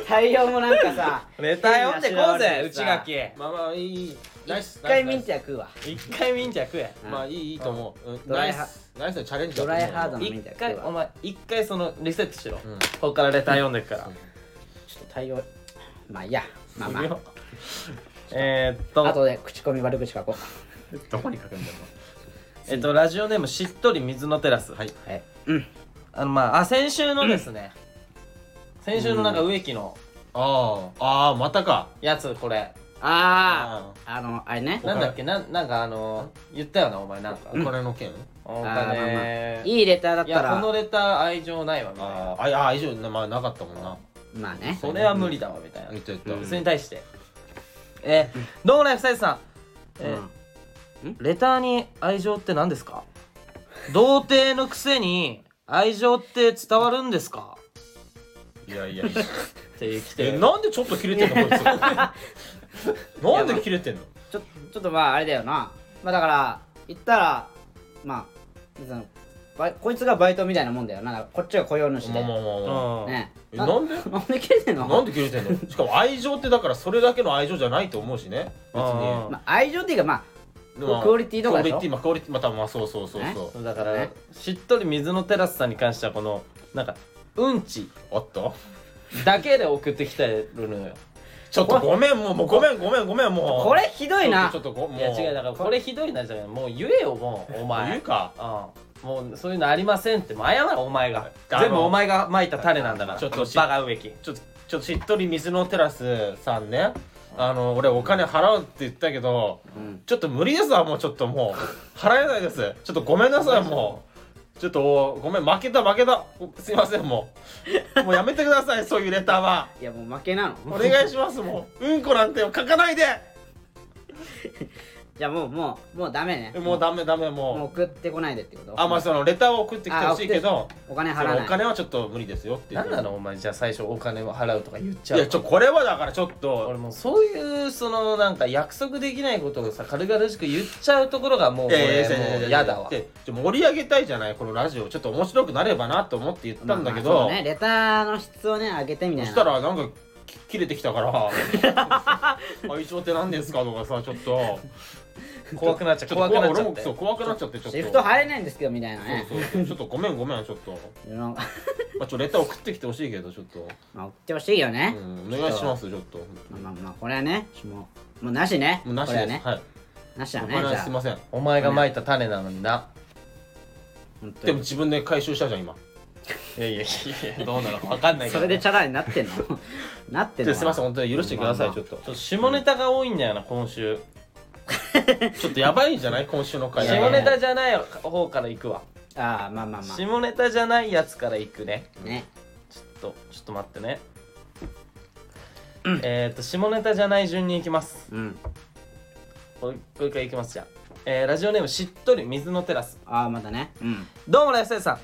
[SPEAKER 1] 対応もなんかさ
[SPEAKER 3] ネタ読んでこ
[SPEAKER 1] <laughs>
[SPEAKER 3] うぜ
[SPEAKER 1] 変な
[SPEAKER 3] 内
[SPEAKER 1] 知らん
[SPEAKER 3] 垣
[SPEAKER 2] <laughs> まあまあいいいいナイス
[SPEAKER 1] 一回
[SPEAKER 2] ナイ
[SPEAKER 1] ミ
[SPEAKER 2] ス
[SPEAKER 1] ンチは食うわ
[SPEAKER 3] 一回ミンチャ食え
[SPEAKER 2] まあいいいいと思ううん
[SPEAKER 1] ドラ
[SPEAKER 2] ナ
[SPEAKER 1] イ
[SPEAKER 2] イ
[SPEAKER 1] ハ
[SPEAKER 2] スナイスのチャレンジだ
[SPEAKER 1] ド
[SPEAKER 2] と
[SPEAKER 1] ラ
[SPEAKER 2] 思うよ
[SPEAKER 1] イハードなミン
[SPEAKER 3] 一
[SPEAKER 1] チは
[SPEAKER 3] 回
[SPEAKER 1] 食う
[SPEAKER 3] お
[SPEAKER 1] わ
[SPEAKER 3] 前一回そのリセットしろ、
[SPEAKER 2] うん
[SPEAKER 3] ここからレター読んでくから、
[SPEAKER 1] ちょっと対応まあいいやまあまあ
[SPEAKER 3] えーっ
[SPEAKER 1] あ
[SPEAKER 3] と
[SPEAKER 1] とで口コミ悪口書こ
[SPEAKER 2] <laughs> どこに書くんだよ
[SPEAKER 3] えっとラジオネームしっとり水のテラス
[SPEAKER 2] はい
[SPEAKER 1] いはいうん
[SPEAKER 3] あのまああ先週のですね、先週のなんか植木の
[SPEAKER 2] ああああまたか
[SPEAKER 3] やつこれ
[SPEAKER 1] あああのあれね
[SPEAKER 2] お金
[SPEAKER 3] なんだっけなんなんかあの言ったよなお前なんか
[SPEAKER 2] お金の件
[SPEAKER 3] お
[SPEAKER 1] あーまあま
[SPEAKER 3] 金
[SPEAKER 1] いいレターだっ
[SPEAKER 3] い
[SPEAKER 1] た
[SPEAKER 3] やこの
[SPEAKER 1] ら
[SPEAKER 3] レター愛情ないわみたい
[SPEAKER 2] あ
[SPEAKER 3] な
[SPEAKER 2] ーああ以上まあなかったもんな
[SPEAKER 1] まあね
[SPEAKER 3] それは無理だわみたいな
[SPEAKER 2] 言った言った
[SPEAKER 1] うん
[SPEAKER 3] それに対してえーどうもない夫妻さんえー
[SPEAKER 1] うん
[SPEAKER 3] レターに愛情って何ですか童貞のくせに愛情って伝わるんですか
[SPEAKER 2] いや
[SPEAKER 1] <laughs>
[SPEAKER 2] いやいや
[SPEAKER 3] って来て
[SPEAKER 2] えなんでちょっと切れてんのこいつなんで切れてんの
[SPEAKER 1] ちょちょっとまああれだよなまあだから言ったらまあそのバイこいつがバイトみたいなもんだよなこっちが雇用主
[SPEAKER 2] まあ
[SPEAKER 1] で
[SPEAKER 2] まあまあまあ
[SPEAKER 3] うん
[SPEAKER 1] ね
[SPEAKER 2] えなんで
[SPEAKER 1] <laughs> なんで切れてんの
[SPEAKER 2] なんで切れてんのしかも愛情ってだからそれだけの愛情じゃないと思うしね別
[SPEAKER 3] あ
[SPEAKER 2] に
[SPEAKER 1] まあ、愛情っていうかまあ
[SPEAKER 2] でも
[SPEAKER 1] クオリティとかでしょ
[SPEAKER 2] クオリティまあクオリティまあ多分まあそうそうそうそ
[SPEAKER 3] そうだから、
[SPEAKER 1] ね
[SPEAKER 3] しっとり水のテラスさんに関してはこのなんかうんち
[SPEAKER 2] うあった
[SPEAKER 3] だけで送ってきてるのよ
[SPEAKER 2] ちょっとごめんもうもうごめんごめんごめんもう
[SPEAKER 1] これひどいな
[SPEAKER 2] ちょっとちょっとごもう
[SPEAKER 3] いや違うだからこれひどいなじゃないもう言えよもうお前
[SPEAKER 2] 言うか
[SPEAKER 3] うんもうそういうのありませんってもう謝れお前が
[SPEAKER 2] あの
[SPEAKER 3] 全部お前が撒いた種なんだから
[SPEAKER 2] ちょっと
[SPEAKER 3] このバカ植木
[SPEAKER 2] ちょっとちょっとしっとり水のテラスさんねあの俺お金払うって言ったけど
[SPEAKER 1] うん
[SPEAKER 2] ちょっと無理ですわもうちょっともう払えないですちょっとごめんなさいもうちょっとごめん負けた負けたすいませんもうもうやめてくださいそういうレターはい
[SPEAKER 1] やもう負けなの
[SPEAKER 2] お願いしますもううんこなんて書かないで
[SPEAKER 1] じゃあもうもうもうダメね
[SPEAKER 2] もうダメダメ
[SPEAKER 1] もう
[SPEAKER 2] もう
[SPEAKER 1] 送ってこないでってこと
[SPEAKER 2] あまあそのレターを送ってきてほしいけど
[SPEAKER 1] お金
[SPEAKER 2] そ
[SPEAKER 1] 払わ
[SPEAKER 2] のお
[SPEAKER 1] ない
[SPEAKER 2] 金はちょっと無理ですよっていう
[SPEAKER 3] 何なのお前じゃあ最初お金を払うとか言っ
[SPEAKER 2] い
[SPEAKER 3] ちゃう
[SPEAKER 2] やちょこれはだからちょっ
[SPEAKER 3] 俺
[SPEAKER 2] と
[SPEAKER 3] もうそういうそのなんか約束できないことをさ軽々しく言っちゃうところがもう
[SPEAKER 2] いやい
[SPEAKER 3] 俺
[SPEAKER 2] やいやいやい
[SPEAKER 3] も
[SPEAKER 2] や
[SPEAKER 3] う嫌だわ
[SPEAKER 2] でで盛り上げたいじゃないこのラジオちょっと面白くなればなと思って言ったん
[SPEAKER 1] まあ
[SPEAKER 2] だけ
[SPEAKER 1] まあ
[SPEAKER 2] ど
[SPEAKER 1] そうねレターの質をね上げてみたい
[SPEAKER 2] そ
[SPEAKER 1] な
[SPEAKER 2] したらなんかき切れてきたから愛情って何ですかとかさちょっと
[SPEAKER 3] 怖くなっちゃう
[SPEAKER 2] ちょ
[SPEAKER 3] 怖
[SPEAKER 2] っ
[SPEAKER 3] く
[SPEAKER 2] と
[SPEAKER 3] な
[SPEAKER 2] 怖
[SPEAKER 3] っちゃ
[SPEAKER 2] い俺
[SPEAKER 3] っ
[SPEAKER 2] も
[SPEAKER 3] て
[SPEAKER 2] そう怖くなっちゃってちょっと
[SPEAKER 1] シフト入れないんですけどみたいなね
[SPEAKER 2] そうそうそうちょっとごめんごめんちょっと、
[SPEAKER 1] なんか
[SPEAKER 2] まあ、ちょっとレター送ってきてほしいけどちょっと、
[SPEAKER 1] <laughs> まあ送ってほしいよ
[SPEAKER 2] う
[SPEAKER 1] ね、
[SPEAKER 2] ん、お願いしますちょっと
[SPEAKER 1] まあまあまあこれはねもうもうなしね
[SPEAKER 2] もうなし
[SPEAKER 1] これ
[SPEAKER 2] で
[SPEAKER 1] は
[SPEAKER 2] す、
[SPEAKER 1] ね
[SPEAKER 2] はい
[SPEAKER 1] なしだ
[SPEAKER 2] お
[SPEAKER 1] ね
[SPEAKER 2] 金
[SPEAKER 1] じ
[SPEAKER 2] は
[SPEAKER 1] ゃ
[SPEAKER 2] すい
[SPEAKER 1] あ
[SPEAKER 2] ません
[SPEAKER 3] お前が撒いた種なのにな
[SPEAKER 1] 本当
[SPEAKER 2] で
[SPEAKER 1] に
[SPEAKER 2] も自分で回収したじゃん今
[SPEAKER 3] いやいやいやいやどうなのか分かんないけ
[SPEAKER 1] そ
[SPEAKER 3] ど
[SPEAKER 1] れでチャラになってんの <laughs> なってん
[SPEAKER 2] で
[SPEAKER 1] の
[SPEAKER 2] すいませ
[SPEAKER 1] ん
[SPEAKER 2] ん本当に許してください
[SPEAKER 1] まあ
[SPEAKER 2] ち
[SPEAKER 1] ま
[SPEAKER 2] ょっと
[SPEAKER 3] ちょっと下ネタが多いんだよな今週
[SPEAKER 2] ちょっとやばいんじゃない今週の回
[SPEAKER 1] いやいや
[SPEAKER 3] 下ネタじゃない方から行くわ
[SPEAKER 1] ああまあまあま
[SPEAKER 3] 下ネタじゃないやつから行くね
[SPEAKER 1] あね
[SPEAKER 3] ちょっとちょっと待ってねえっと下ネタじゃない順に行きます
[SPEAKER 1] うん
[SPEAKER 3] これこれから行きますじゃあえーラジオネームしっとり水のテラス
[SPEAKER 1] ああまだねうん
[SPEAKER 3] どうもライフサイズさん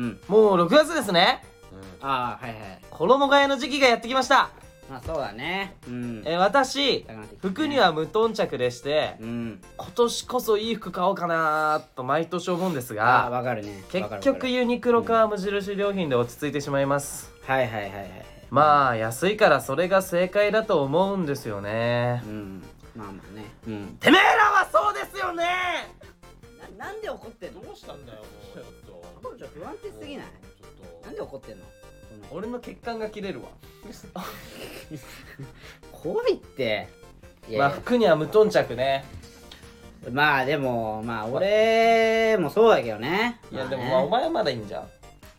[SPEAKER 1] うん
[SPEAKER 3] もう6月ですね
[SPEAKER 2] うん
[SPEAKER 1] ああはいはい
[SPEAKER 3] 衣替えの時期がやってきました
[SPEAKER 1] あまあそうだねうん
[SPEAKER 3] えー私
[SPEAKER 1] 高くなってきてね
[SPEAKER 3] 服には無頓着でして
[SPEAKER 1] うん
[SPEAKER 3] 今年こそいい服買おうかなと毎年思うんです
[SPEAKER 1] あ
[SPEAKER 3] が
[SPEAKER 1] わかるね
[SPEAKER 3] 結
[SPEAKER 1] わかるわか
[SPEAKER 3] 局
[SPEAKER 1] る
[SPEAKER 3] ユニクロか無印良品で落ち着いてしまいます
[SPEAKER 1] はいはいはいはい
[SPEAKER 3] まあ安いからそれが正解だと思うんですよね
[SPEAKER 1] うんまあまあねうん
[SPEAKER 3] てめえらはそうですよね
[SPEAKER 1] ななんで怒ってんの
[SPEAKER 2] どうしたんだよもうちょっと
[SPEAKER 1] 彼女不安定すぎない
[SPEAKER 2] ちょっと
[SPEAKER 1] なんで怒ってんのこの
[SPEAKER 3] 俺の血管が切れるわ
[SPEAKER 1] 怖いっていやい
[SPEAKER 3] まあ
[SPEAKER 1] や
[SPEAKER 3] 服には無頓着ね
[SPEAKER 1] まあでもまあ俺もそうだけどね
[SPEAKER 3] いや
[SPEAKER 1] ね
[SPEAKER 3] でもまあお前はまだいいんじゃん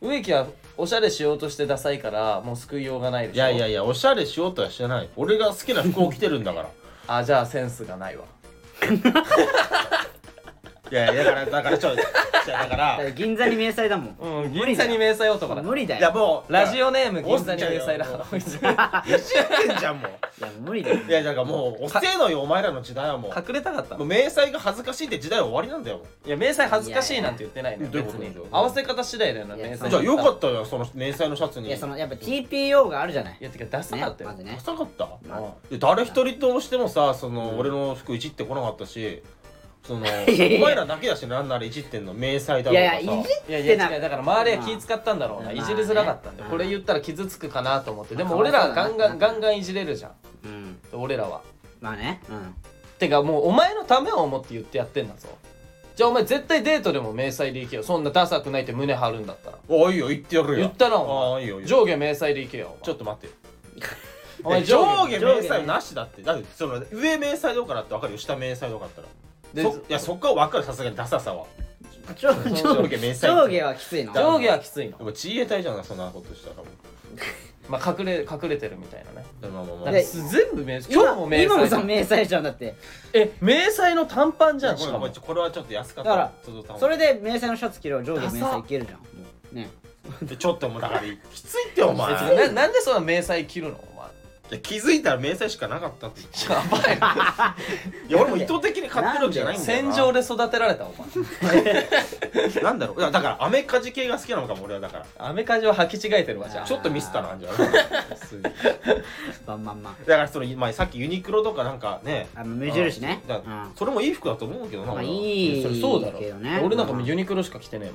[SPEAKER 3] 植木はおしゃれしようとしてダサいからもう救いようがないでしょ
[SPEAKER 2] いやいやいやおしゃれしようとはしてない俺が好きな服を着てるんだから
[SPEAKER 3] あじゃあセンスがないわ
[SPEAKER 2] いやいやだからだからちょいやだから <laughs>
[SPEAKER 1] だって銀座に迷彩だもん
[SPEAKER 3] うん銀座に迷彩男だ
[SPEAKER 1] 無理だ
[SPEAKER 2] いや
[SPEAKER 1] よ
[SPEAKER 2] もう
[SPEAKER 3] ラジオネーム銀座
[SPEAKER 2] おっ
[SPEAKER 3] に
[SPEAKER 2] ちゃん
[SPEAKER 3] 迷
[SPEAKER 2] よ
[SPEAKER 3] 彩だ
[SPEAKER 2] もう
[SPEAKER 3] から
[SPEAKER 2] いじってんじゃんもう
[SPEAKER 1] いや無理だよ
[SPEAKER 2] <laughs> いやだからもうおせえのよお前らの時代はも
[SPEAKER 3] <laughs>
[SPEAKER 2] う
[SPEAKER 3] 隠れたかった
[SPEAKER 2] も
[SPEAKER 3] の
[SPEAKER 2] う迷彩が恥ずかしいって時代は終わりなんだよも
[SPEAKER 3] いや迷彩恥ずかしいなんて言ってないのよ
[SPEAKER 2] いやいや
[SPEAKER 3] 別に
[SPEAKER 2] どういうこと
[SPEAKER 3] 合わせ方次第だよない
[SPEAKER 1] や
[SPEAKER 3] 迷
[SPEAKER 1] そう
[SPEAKER 3] 彩
[SPEAKER 2] じゃあよか
[SPEAKER 3] た
[SPEAKER 2] ったよその迷彩のシャツに
[SPEAKER 1] いやそのやっぱ TPO があるじゃない
[SPEAKER 3] いやてかダサ
[SPEAKER 1] ね
[SPEAKER 3] かったよ
[SPEAKER 1] まずね
[SPEAKER 2] ダサかった
[SPEAKER 1] まあ
[SPEAKER 2] で誰一人としてもさその、
[SPEAKER 3] うん
[SPEAKER 2] 俺の服いじってこなかったしその
[SPEAKER 1] いやいや
[SPEAKER 2] お前らだけだしなんならいじってんの迷彩だ
[SPEAKER 1] い
[SPEAKER 2] ろう
[SPEAKER 1] や
[SPEAKER 2] が
[SPEAKER 1] いやい
[SPEAKER 2] さ
[SPEAKER 1] じ
[SPEAKER 3] い
[SPEAKER 1] っ
[SPEAKER 3] やい
[SPEAKER 1] て
[SPEAKER 3] や
[SPEAKER 1] な
[SPEAKER 3] 違うだから周りは気使ったんだろう
[SPEAKER 1] ま
[SPEAKER 3] な
[SPEAKER 1] あ
[SPEAKER 3] いじりづらかったんだ
[SPEAKER 1] まあ
[SPEAKER 3] よ
[SPEAKER 1] ね
[SPEAKER 3] これ言ったら傷つくかなと思ってで
[SPEAKER 1] ま
[SPEAKER 3] も
[SPEAKER 1] あ
[SPEAKER 3] 俺らは
[SPEAKER 1] そうだ
[SPEAKER 3] ガ
[SPEAKER 1] な
[SPEAKER 3] ンガンガンガンいじれるじゃん
[SPEAKER 1] うん
[SPEAKER 3] 俺らは
[SPEAKER 1] まあねうん
[SPEAKER 3] てかもうお前のためを思って言ってやってんだぞじゃあお前絶対デートでも迷彩で行けよそんなダサくないって胸張るんだったら
[SPEAKER 2] おいいよ言ってやるよ
[SPEAKER 3] 言ったな
[SPEAKER 2] あ
[SPEAKER 3] お
[SPEAKER 2] あいいよいい
[SPEAKER 3] 前
[SPEAKER 2] よ
[SPEAKER 3] 上下迷彩で行けよ
[SPEAKER 2] ちょっと待 <laughs> ってよ
[SPEAKER 3] お前
[SPEAKER 2] いや上
[SPEAKER 1] 上
[SPEAKER 2] 下
[SPEAKER 1] 下
[SPEAKER 2] 迷彩なしだってだってその上迷彩どうかなって分かるよ下迷彩どうかだった
[SPEAKER 3] で
[SPEAKER 2] らそいやそこは分かるさすがにダサさは
[SPEAKER 1] 上
[SPEAKER 2] 上下迷彩
[SPEAKER 1] 上下はきついの
[SPEAKER 2] だ
[SPEAKER 3] 上下はきついの
[SPEAKER 2] でも自衛隊じゃんそんなことしたらもう
[SPEAKER 3] まあ隠れ隠れてるみたいなね
[SPEAKER 2] でもまあまあま
[SPEAKER 3] な
[SPEAKER 2] あ
[SPEAKER 3] ん
[SPEAKER 1] で
[SPEAKER 3] かす全部迷彩今日
[SPEAKER 1] 今
[SPEAKER 3] も迷
[SPEAKER 1] 今もさ
[SPEAKER 3] 彩
[SPEAKER 1] 迷彩じゃんだって
[SPEAKER 3] え迷彩の短パンじ
[SPEAKER 2] じ
[SPEAKER 3] ゃ
[SPEAKER 2] ゃあ
[SPEAKER 3] んし
[SPEAKER 2] こ
[SPEAKER 3] か
[SPEAKER 2] れ
[SPEAKER 3] も
[SPEAKER 2] もうちょこれはちょっと安かった
[SPEAKER 1] だから
[SPEAKER 2] ちょっと頼む
[SPEAKER 1] それで迷彩のシャツ着れば上下迷
[SPEAKER 3] ダサ
[SPEAKER 1] 彩いけるじゃんもうね
[SPEAKER 2] でちょっともうだからきついってお前
[SPEAKER 3] 別にななんでそんな迷彩着るのお前
[SPEAKER 2] で気づいたら迷彩しかなかったって言って
[SPEAKER 3] やばいない
[SPEAKER 2] や俺も意図的に買ってるわけじゃないんだよ
[SPEAKER 3] 戦
[SPEAKER 2] な
[SPEAKER 3] 場で育てられたお前
[SPEAKER 2] なんだろういやだからアメカジ系が好きなのかも俺はだから
[SPEAKER 3] アメカジを履き違えてるわじゃ
[SPEAKER 1] あ
[SPEAKER 2] ち
[SPEAKER 3] あ
[SPEAKER 2] ょっとミスったなじゃあ普通にだか
[SPEAKER 1] まあまあま
[SPEAKER 2] らそのまあさっきユニクロとかなんかね
[SPEAKER 1] ああの無印ね
[SPEAKER 2] あだ
[SPEAKER 1] うんま
[SPEAKER 2] それもいい服だと思うけどな
[SPEAKER 1] あ
[SPEAKER 2] 俺はい
[SPEAKER 1] い
[SPEAKER 3] それそうだろ
[SPEAKER 1] けどね
[SPEAKER 3] 俺なんかもう
[SPEAKER 1] ま
[SPEAKER 3] ユニクロしか着てね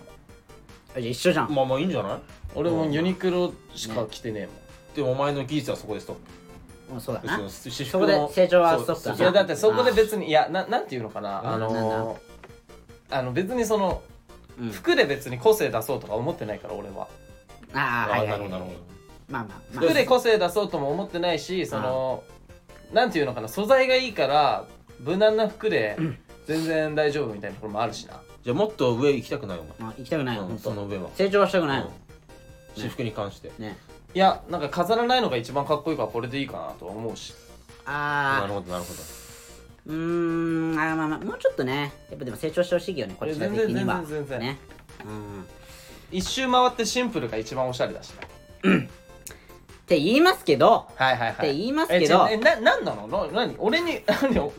[SPEAKER 1] あ
[SPEAKER 3] えもん
[SPEAKER 1] じゃあ一緒じゃん
[SPEAKER 2] まあまあいいんじゃない
[SPEAKER 3] 俺もユニクロしか着てねえもん、
[SPEAKER 2] でもお前の技術はそこでストッ
[SPEAKER 1] うんそうだ
[SPEAKER 2] プ
[SPEAKER 1] な
[SPEAKER 2] の私
[SPEAKER 1] そこで成長はストップだない
[SPEAKER 3] やだってそこで別にいやななんていうのかな、
[SPEAKER 2] うん
[SPEAKER 3] あのーあの別にその
[SPEAKER 1] うん
[SPEAKER 3] 服で別に個性出そうとか思ってないから俺は
[SPEAKER 1] ああ
[SPEAKER 2] あ
[SPEAKER 1] はいは
[SPEAKER 2] ないる
[SPEAKER 1] はい
[SPEAKER 2] ほどなるほ
[SPEAKER 1] まあまあま
[SPEAKER 3] 服で個性出そうとも思ってないしそのなんていうのかな素材がいいから無難な服で全然大丈夫みたいなところもあるしな
[SPEAKER 2] どじゃあもっと上行きたくないお
[SPEAKER 1] あまあ行きたくない
[SPEAKER 2] 前
[SPEAKER 1] よ
[SPEAKER 2] う
[SPEAKER 1] ほ
[SPEAKER 2] ん
[SPEAKER 1] ん
[SPEAKER 2] その
[SPEAKER 1] と
[SPEAKER 2] 上は
[SPEAKER 1] 成長はしたくない
[SPEAKER 2] うん
[SPEAKER 1] よ
[SPEAKER 2] 私服に関して
[SPEAKER 1] ね
[SPEAKER 3] いやなんか飾らないのが一番かっこいいからこれでいいかなとは思うし
[SPEAKER 2] な
[SPEAKER 1] あ
[SPEAKER 2] る
[SPEAKER 1] あ
[SPEAKER 2] ほどなるほど
[SPEAKER 1] うーんあーまあまあもうちょっとねやっぱでも成長してほしいよねこっちら的には
[SPEAKER 3] 全然全然全然
[SPEAKER 1] ねうん
[SPEAKER 3] 一周回ってシンプルが一番おしゃれだしな
[SPEAKER 1] って言いますけど
[SPEAKER 3] はいはいはい
[SPEAKER 1] って言いますけど
[SPEAKER 3] えちょえななんなのな何俺に
[SPEAKER 1] <laughs>
[SPEAKER 3] 何を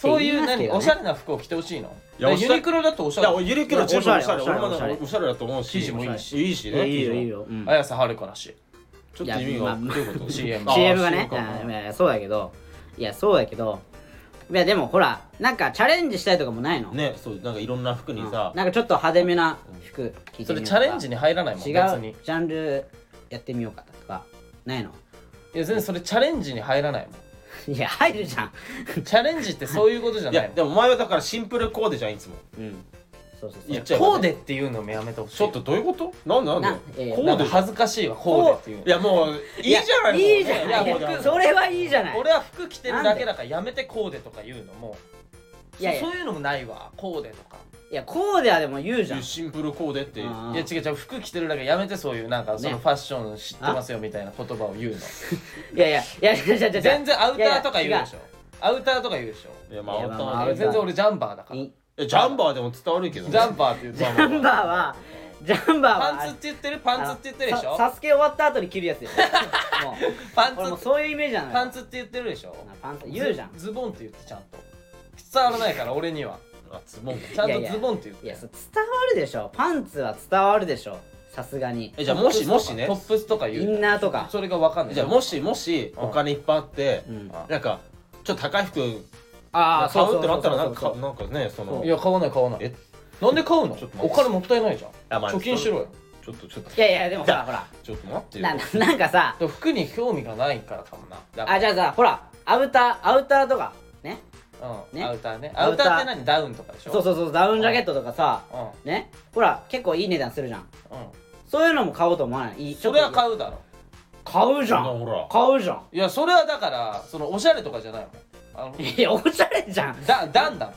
[SPEAKER 3] そうい
[SPEAKER 1] 言いうますけ
[SPEAKER 3] 何
[SPEAKER 1] どね
[SPEAKER 3] おしゃれな服を着てほしいの
[SPEAKER 2] いや
[SPEAKER 3] で
[SPEAKER 2] おしゃれ
[SPEAKER 3] ユニクロだとおしゃ
[SPEAKER 2] い
[SPEAKER 3] れ
[SPEAKER 2] や、ゆるけど十分おしゃれ。
[SPEAKER 1] いや
[SPEAKER 2] 俺
[SPEAKER 1] おしゃれ
[SPEAKER 2] も
[SPEAKER 1] おしゃれ
[SPEAKER 2] おしゃれだと思うし、
[SPEAKER 3] 生地もいいし
[SPEAKER 2] いいし
[SPEAKER 1] いや
[SPEAKER 2] ね。
[SPEAKER 1] いいよ
[SPEAKER 2] 生地も
[SPEAKER 1] いい。ようん
[SPEAKER 3] 綾瀬はるかだし
[SPEAKER 2] ちょっと意味
[SPEAKER 1] いや
[SPEAKER 2] が
[SPEAKER 1] まあ
[SPEAKER 2] どうい
[SPEAKER 1] <laughs>
[SPEAKER 2] うこと
[SPEAKER 3] CM
[SPEAKER 2] あ
[SPEAKER 1] CM がね
[SPEAKER 2] そうか
[SPEAKER 1] いやいやそうだけどいやそうだけどいやでもほらなんかチャレンジしたいとかもないの
[SPEAKER 2] ね、そうなんかいろんな服
[SPEAKER 1] う
[SPEAKER 2] に
[SPEAKER 1] ん
[SPEAKER 2] さ、
[SPEAKER 1] なんかちょっと派手めな服着て
[SPEAKER 3] そ
[SPEAKER 1] みよう
[SPEAKER 3] れ
[SPEAKER 1] とか
[SPEAKER 3] チャレンジに入らないもん
[SPEAKER 1] 違
[SPEAKER 3] 別
[SPEAKER 1] う
[SPEAKER 3] に
[SPEAKER 1] ジャンルやってみようかとかないの <laughs>
[SPEAKER 3] いや全然それチャレンジに入らないも
[SPEAKER 1] いや入るじゃん
[SPEAKER 3] んチャレンジってそういうことじゃ
[SPEAKER 2] い
[SPEAKER 3] な
[SPEAKER 2] や
[SPEAKER 3] いも
[SPEAKER 2] でもお前はだからシンプルコーデじゃんいつも。
[SPEAKER 1] うんそうそうそう
[SPEAKER 2] いや
[SPEAKER 3] んコーデっていうのもやめてほしい
[SPEAKER 2] ちょっとどういうこと？なんでなん
[SPEAKER 1] ない
[SPEAKER 2] で？
[SPEAKER 1] や
[SPEAKER 2] コ
[SPEAKER 1] い
[SPEAKER 3] な
[SPEAKER 2] ー
[SPEAKER 3] ん
[SPEAKER 2] デ
[SPEAKER 3] か
[SPEAKER 2] じゃん
[SPEAKER 3] 恥ずかしいわコーデっていうの
[SPEAKER 2] いやもういいじゃない。
[SPEAKER 1] いいじゃん
[SPEAKER 2] もう
[SPEAKER 1] い
[SPEAKER 2] ね
[SPEAKER 1] や
[SPEAKER 2] いやもう
[SPEAKER 1] それはいいじゃない
[SPEAKER 3] 俺は服着てるだけだからやめてコーデとか言うのも
[SPEAKER 1] いやいや
[SPEAKER 3] そそういうのもないわコーデとか
[SPEAKER 1] いやコーデはでも言うじゃん
[SPEAKER 2] シンプルコーデって。
[SPEAKER 1] うん
[SPEAKER 3] いや違う違う服着てるだけやめてそういうなんかその
[SPEAKER 1] ね
[SPEAKER 3] ファッション知ってますよみたいな言葉を言うの
[SPEAKER 1] いやいやいやいやいやいやいや
[SPEAKER 3] 全然アウターとか言うでしょアウターとか言うでし
[SPEAKER 2] いやま
[SPEAKER 1] いや
[SPEAKER 2] あ
[SPEAKER 1] まあ
[SPEAKER 2] 本
[SPEAKER 1] まあ
[SPEAKER 3] ょ全然俺ジャンバーだか
[SPEAKER 1] い
[SPEAKER 3] ら
[SPEAKER 1] やい
[SPEAKER 3] ジ
[SPEAKER 2] 当ジャンバーでも伝わるけどね。
[SPEAKER 3] ャンバーって言う
[SPEAKER 2] ジ
[SPEAKER 3] と
[SPEAKER 2] ャ
[SPEAKER 1] ジャンバーはジャンバーは
[SPEAKER 3] パンツって言ってるパンツって言ってるでし
[SPEAKER 1] あの
[SPEAKER 3] ょ
[SPEAKER 1] さサスケ終わった後に着るやつでしょもう
[SPEAKER 3] パン
[SPEAKER 1] 俺もう
[SPEAKER 3] ツ
[SPEAKER 1] そういうイメージなのよ
[SPEAKER 3] パンツって言ってるでしょ
[SPEAKER 1] あパンツ言うじゃん
[SPEAKER 3] ズズボンって言ってちゃんと伝わらないから俺には
[SPEAKER 2] あズボン。
[SPEAKER 3] ちゃ
[SPEAKER 1] い
[SPEAKER 3] ん
[SPEAKER 1] や
[SPEAKER 3] と
[SPEAKER 1] いや
[SPEAKER 3] ズボンって言っ
[SPEAKER 1] い
[SPEAKER 3] て
[SPEAKER 1] やそれ伝わるでしょパンツは伝わるでしょさすがに
[SPEAKER 2] えじゃあもしもしね
[SPEAKER 3] トップスとか言
[SPEAKER 1] イ
[SPEAKER 3] う
[SPEAKER 1] ンナーとか
[SPEAKER 3] それがわかんない
[SPEAKER 2] じゃあもしもし
[SPEAKER 3] うん
[SPEAKER 2] お金いっぱいあって、
[SPEAKER 1] うん
[SPEAKER 2] なんかちょっと高い服
[SPEAKER 1] ああ
[SPEAKER 2] 買うってなったらなん
[SPEAKER 1] そ
[SPEAKER 2] か
[SPEAKER 1] うそうそうそう
[SPEAKER 2] なんかねその
[SPEAKER 3] いや買わない買わない
[SPEAKER 2] え
[SPEAKER 3] なんで買うの
[SPEAKER 2] ちょっと待
[SPEAKER 3] お
[SPEAKER 2] って
[SPEAKER 3] 金もったいないじゃ
[SPEAKER 2] あ
[SPEAKER 3] ん
[SPEAKER 2] まあ
[SPEAKER 3] 貯金しろよ
[SPEAKER 2] ちょっとちょっと
[SPEAKER 1] いやいやでもほらほら
[SPEAKER 2] ちょっと待ってよ
[SPEAKER 1] なななんかさ
[SPEAKER 3] で服に興味がないからかもなだから
[SPEAKER 1] あじゃあさほらアウターアウターとかね
[SPEAKER 3] うん
[SPEAKER 1] ね
[SPEAKER 3] アウターね
[SPEAKER 1] ア
[SPEAKER 3] ア
[SPEAKER 1] ウ
[SPEAKER 3] ウ
[SPEAKER 1] タ
[SPEAKER 3] タ
[SPEAKER 1] ー
[SPEAKER 3] ーって何ダウンとかでしょ
[SPEAKER 1] そうそうそうダウンジャケットとかさ
[SPEAKER 3] うん
[SPEAKER 1] ねほら結構いい値段するじゃん
[SPEAKER 3] うん
[SPEAKER 1] そういうのも買おうと思わないいいちょ
[SPEAKER 3] そ
[SPEAKER 1] っと
[SPEAKER 3] れは買うだろ
[SPEAKER 1] 買うじゃ
[SPEAKER 2] そ
[SPEAKER 1] ん
[SPEAKER 2] なほら
[SPEAKER 1] 買うじゃん
[SPEAKER 3] いやそれはだからそのおしゃれとかじゃないもんあの
[SPEAKER 1] いやおしゃれじゃん
[SPEAKER 3] だダンだもん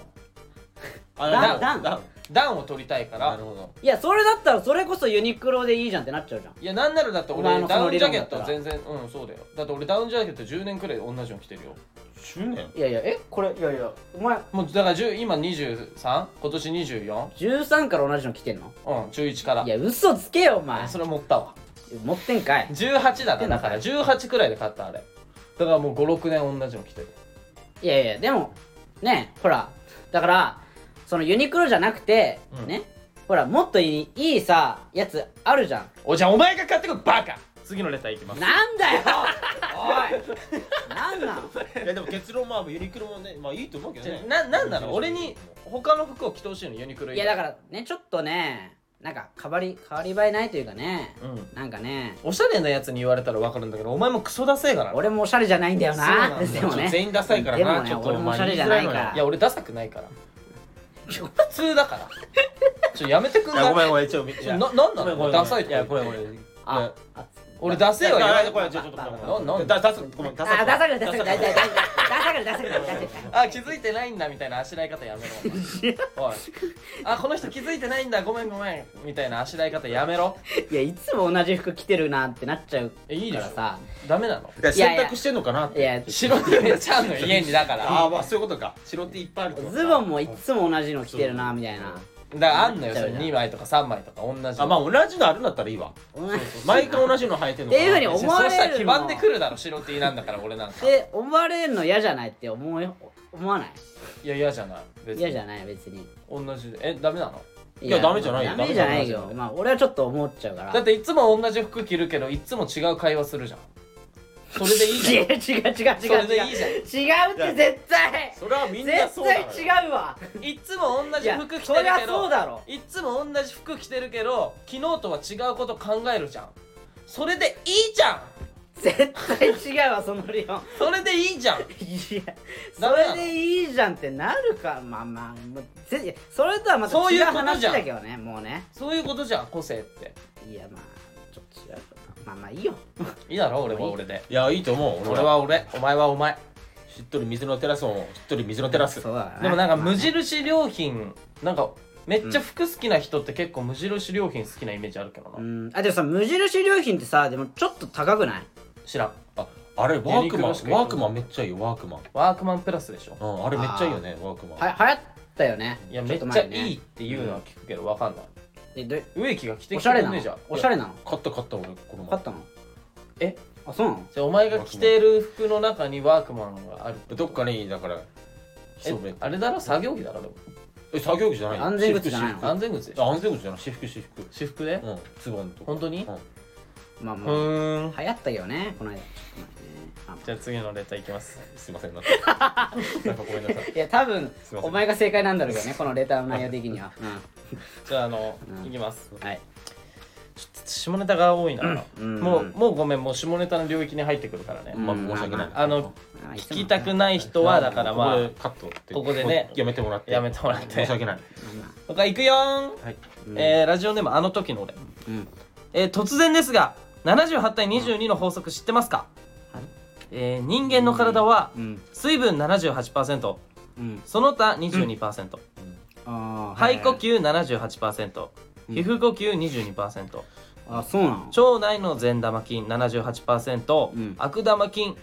[SPEAKER 2] あ
[SPEAKER 1] ダン
[SPEAKER 2] ダ
[SPEAKER 1] ダ
[SPEAKER 2] ン
[SPEAKER 1] ン
[SPEAKER 2] ダン
[SPEAKER 3] ダンを取りたいか
[SPEAKER 2] な
[SPEAKER 3] ら
[SPEAKER 2] るほど
[SPEAKER 1] いやそれだったらそれこそユニクロでいいじゃんってなっちゃうじゃん
[SPEAKER 3] いやなんならだって
[SPEAKER 1] お前
[SPEAKER 3] 俺
[SPEAKER 1] の
[SPEAKER 3] ダウンジャケッ
[SPEAKER 1] そ
[SPEAKER 3] ト
[SPEAKER 1] の理
[SPEAKER 3] 全然うんそうだよだって俺ダウンジャケット10年くらい同じの着てるよ
[SPEAKER 2] 10年
[SPEAKER 1] いやいやえこれいやいやお前
[SPEAKER 3] もうだから10今 23? 今年 24?
[SPEAKER 1] 13から同じの着てんの
[SPEAKER 3] うん中1から
[SPEAKER 1] いや嘘つけよお前
[SPEAKER 3] それ持ったわ
[SPEAKER 1] 持ってんかい
[SPEAKER 3] 18だなだから18くらいで買ったあれだからもう56年同じの着てる
[SPEAKER 1] いやいやでもねほらだからそのユニクロじゃなくて、
[SPEAKER 2] うん
[SPEAKER 1] ねほらもっといいいいさやつあるじゃん
[SPEAKER 3] おじゃあお前が買ってこいバカ
[SPEAKER 2] 次のレ <laughs> ターいきます
[SPEAKER 1] なんだよ <laughs> おいなんなの
[SPEAKER 2] いやでも結論まあユニクロもねまあいいと思うけどね
[SPEAKER 3] ななんなの俺に他の服を着てほしいのユニクロ以
[SPEAKER 1] いや
[SPEAKER 3] 外
[SPEAKER 1] だからねちょっとねなんか変わり変わり映えないというかね
[SPEAKER 3] うん
[SPEAKER 1] なんかね
[SPEAKER 3] おしゃれなやつに言われたら分かるんだけどお前もクソダセえからな
[SPEAKER 1] 俺もおしゃれじゃないんだよ
[SPEAKER 3] そう
[SPEAKER 1] なん
[SPEAKER 3] なだよ
[SPEAKER 1] で
[SPEAKER 2] ちょ
[SPEAKER 1] も
[SPEAKER 2] っと
[SPEAKER 1] ね
[SPEAKER 2] 全員ダサいから
[SPEAKER 1] でも
[SPEAKER 2] な、
[SPEAKER 1] ね
[SPEAKER 2] ちょっと
[SPEAKER 1] 俺も
[SPEAKER 2] まあ
[SPEAKER 1] おしゃれじゃない
[SPEAKER 2] 言づ
[SPEAKER 1] から
[SPEAKER 2] の
[SPEAKER 3] いや俺ダサくないから普通だからちょやめてくん
[SPEAKER 2] よいや
[SPEAKER 3] な
[SPEAKER 2] ご
[SPEAKER 3] い
[SPEAKER 2] めんごめんちょっと
[SPEAKER 3] ちょななんなのダサい
[SPEAKER 2] い
[SPEAKER 3] と
[SPEAKER 2] や
[SPEAKER 3] か
[SPEAKER 2] ごめんごめんいや
[SPEAKER 1] ああ
[SPEAKER 3] 俺ダセえは言わない
[SPEAKER 2] これちょっとごめん
[SPEAKER 3] ななん
[SPEAKER 2] だダサくごめんダサく
[SPEAKER 1] あダサくないダサくないダサくないダサくないダサくないダサくない
[SPEAKER 3] あ気づいてないんだみたいなあしらい方やめろおいあこの人気づいてないんだごめんごめんみたいなあしらい方やめろ
[SPEAKER 1] いやいつも同じ服着てるなってなっちゃう
[SPEAKER 3] えいい
[SPEAKER 1] か
[SPEAKER 3] でし
[SPEAKER 1] ら
[SPEAKER 3] ょ
[SPEAKER 1] さ
[SPEAKER 3] ダメなの
[SPEAKER 2] いや洗濯してんのかなっ
[SPEAKER 1] い
[SPEAKER 2] て
[SPEAKER 1] や
[SPEAKER 3] 白 T ちゃんの家にだから
[SPEAKER 2] ああまあそういうことか白 T いっぱいある
[SPEAKER 1] ズボン
[SPEAKER 2] も
[SPEAKER 1] もいつも同じの着てるなみたいな
[SPEAKER 3] だからあんのよそれ2枚とか3枚とか同じ
[SPEAKER 2] あまあ同じのあるんだったらいいわ
[SPEAKER 1] 同じ
[SPEAKER 2] 毎回同じの履いてんのかな
[SPEAKER 1] っていうふうに思
[SPEAKER 3] そ
[SPEAKER 1] われるの
[SPEAKER 3] したら黄ばんでくるだろ白 T なんだから俺なんか
[SPEAKER 1] で思われるの嫌じゃないって思うよ思わない
[SPEAKER 3] いや嫌じゃない別
[SPEAKER 1] 嫌
[SPEAKER 3] に
[SPEAKER 1] じゃない別に
[SPEAKER 3] 同じでえダメなの
[SPEAKER 1] い
[SPEAKER 2] やダメじゃないよ
[SPEAKER 1] ダメじゃない
[SPEAKER 2] ダメ
[SPEAKER 1] よ
[SPEAKER 2] じゃ
[SPEAKER 1] まあ俺はちょっと思っちゃうから
[SPEAKER 3] だっていつも同じ服着るけどいつも違う会話するじゃんそれでいいじ
[SPEAKER 1] 違
[SPEAKER 3] ゃ
[SPEAKER 1] う
[SPEAKER 3] ん
[SPEAKER 1] 違う違う違う
[SPEAKER 3] それでいいじゃん
[SPEAKER 1] 違うって絶対
[SPEAKER 2] それはみんな
[SPEAKER 1] 絶
[SPEAKER 2] そうだ
[SPEAKER 1] 対
[SPEAKER 2] よ
[SPEAKER 1] 違うわ
[SPEAKER 3] いつも同
[SPEAKER 1] い
[SPEAKER 3] じ
[SPEAKER 1] や
[SPEAKER 3] 服着て
[SPEAKER 1] そ
[SPEAKER 3] る
[SPEAKER 1] りゃ
[SPEAKER 3] け
[SPEAKER 1] そう
[SPEAKER 3] ど
[SPEAKER 1] だろ
[SPEAKER 3] いつも同じ服着てるけど昨日とは違うこと考えるじゃんそれでいいじゃん
[SPEAKER 1] 絶対違うわその理論
[SPEAKER 3] それでいいじゃん
[SPEAKER 1] いや
[SPEAKER 3] ダ
[SPEAKER 1] そ
[SPEAKER 3] メな
[SPEAKER 1] れ
[SPEAKER 3] の
[SPEAKER 1] でいいじゃんってなるかまあまあもうぜいやそれとはまた
[SPEAKER 3] そうい
[SPEAKER 1] 違う
[SPEAKER 3] うこと
[SPEAKER 1] 話
[SPEAKER 3] じゃん
[SPEAKER 1] だけどねもうね
[SPEAKER 3] そういうことじゃん個性って
[SPEAKER 1] いやまあちょっと違うかなまあまあいいよ
[SPEAKER 3] いいだろ俺は俺で
[SPEAKER 2] いやいいと思う
[SPEAKER 3] 俺は俺お前はお前
[SPEAKER 2] しっとり水のテラスもしっとり水のテラス
[SPEAKER 1] そうだね
[SPEAKER 3] でもなんか
[SPEAKER 1] まあね
[SPEAKER 3] 無印良品なんかめっちゃ服好きな人って結構無印良品好きなイメージあるけど
[SPEAKER 1] う
[SPEAKER 3] なん
[SPEAKER 1] あでもさ無印良品ってさでもちょっと高くない
[SPEAKER 3] 知らん
[SPEAKER 2] ああれワークマン
[SPEAKER 3] ユニクロ
[SPEAKER 2] ワ
[SPEAKER 3] しかいない
[SPEAKER 2] ークマンめっちゃいいよワークマン
[SPEAKER 3] ワークマンプラスでしょ
[SPEAKER 2] うんあれめっちゃいいよねワークマン
[SPEAKER 1] は流行ったよね
[SPEAKER 3] いや
[SPEAKER 1] ょ
[SPEAKER 3] め
[SPEAKER 1] っ
[SPEAKER 3] っ
[SPEAKER 1] と
[SPEAKER 3] ちゃ
[SPEAKER 1] 前ね
[SPEAKER 3] いいっていうのは聞くけどわかんない
[SPEAKER 1] えど
[SPEAKER 3] 植木が着て
[SPEAKER 1] お
[SPEAKER 3] き
[SPEAKER 1] しゃ
[SPEAKER 3] て
[SPEAKER 1] れ
[SPEAKER 3] く
[SPEAKER 1] なん
[SPEAKER 3] ね
[SPEAKER 1] の
[SPEAKER 3] えじゃん
[SPEAKER 1] おしゃれなの
[SPEAKER 2] 買った買った俺この
[SPEAKER 1] 買
[SPEAKER 2] 前
[SPEAKER 1] ったの
[SPEAKER 3] え
[SPEAKER 1] あそうなの
[SPEAKER 3] じゃあお前が着てる服の中にワークマンがある
[SPEAKER 2] どっかにだから
[SPEAKER 3] え
[SPEAKER 2] 潜めて
[SPEAKER 3] あれだろ作業着だろでも
[SPEAKER 2] え作業着じゃない
[SPEAKER 1] 安全靴じゃないの
[SPEAKER 3] 安全靴でしょ
[SPEAKER 2] あ安全靴じゃない私服私服
[SPEAKER 3] 私服で
[SPEAKER 2] うんズボンとか
[SPEAKER 3] 本当に
[SPEAKER 2] うん
[SPEAKER 1] まあ
[SPEAKER 3] う
[SPEAKER 1] まあ
[SPEAKER 3] ーん
[SPEAKER 1] 流行ったけどねこの間ちょっと前ねあま
[SPEAKER 3] じゃあ次のレターいきます
[SPEAKER 2] すいませんなんか <laughs> なんかごめんなさい
[SPEAKER 1] あいや多分
[SPEAKER 2] すいません
[SPEAKER 1] お前が正解なんだろうけどねこのレターの内容的には
[SPEAKER 3] じゃああの
[SPEAKER 1] うん
[SPEAKER 3] いきます
[SPEAKER 1] うんはい
[SPEAKER 3] ちょっと下ネタが多いな
[SPEAKER 1] うん
[SPEAKER 3] もうもうごめんもう下ネタの領域に入ってくるからね
[SPEAKER 1] うん
[SPEAKER 2] まあ申し訳ない
[SPEAKER 3] あの
[SPEAKER 1] あいつ
[SPEAKER 3] 聞
[SPEAKER 1] も
[SPEAKER 3] きたくない人はだからま
[SPEAKER 2] こ
[SPEAKER 3] あ
[SPEAKER 2] こでカットって
[SPEAKER 3] ここでね
[SPEAKER 2] やめてもらって
[SPEAKER 3] やめてもらって
[SPEAKER 2] 申し訳ない
[SPEAKER 1] まあ
[SPEAKER 3] 他行くよーん
[SPEAKER 2] はい
[SPEAKER 1] うん
[SPEAKER 3] えーラジオネームあの時の俺
[SPEAKER 1] うん
[SPEAKER 3] えー突然ですが78対22の法則知ってますか
[SPEAKER 1] はい
[SPEAKER 3] えー人間の体は
[SPEAKER 1] うん
[SPEAKER 3] 水分78%
[SPEAKER 1] うん
[SPEAKER 3] その他22%、
[SPEAKER 1] あー
[SPEAKER 3] 肺呼吸78%
[SPEAKER 1] うん
[SPEAKER 3] 皮膚呼吸22%、
[SPEAKER 1] あそうなの
[SPEAKER 3] 腸内の善玉菌78%、
[SPEAKER 1] うん
[SPEAKER 3] 悪玉菌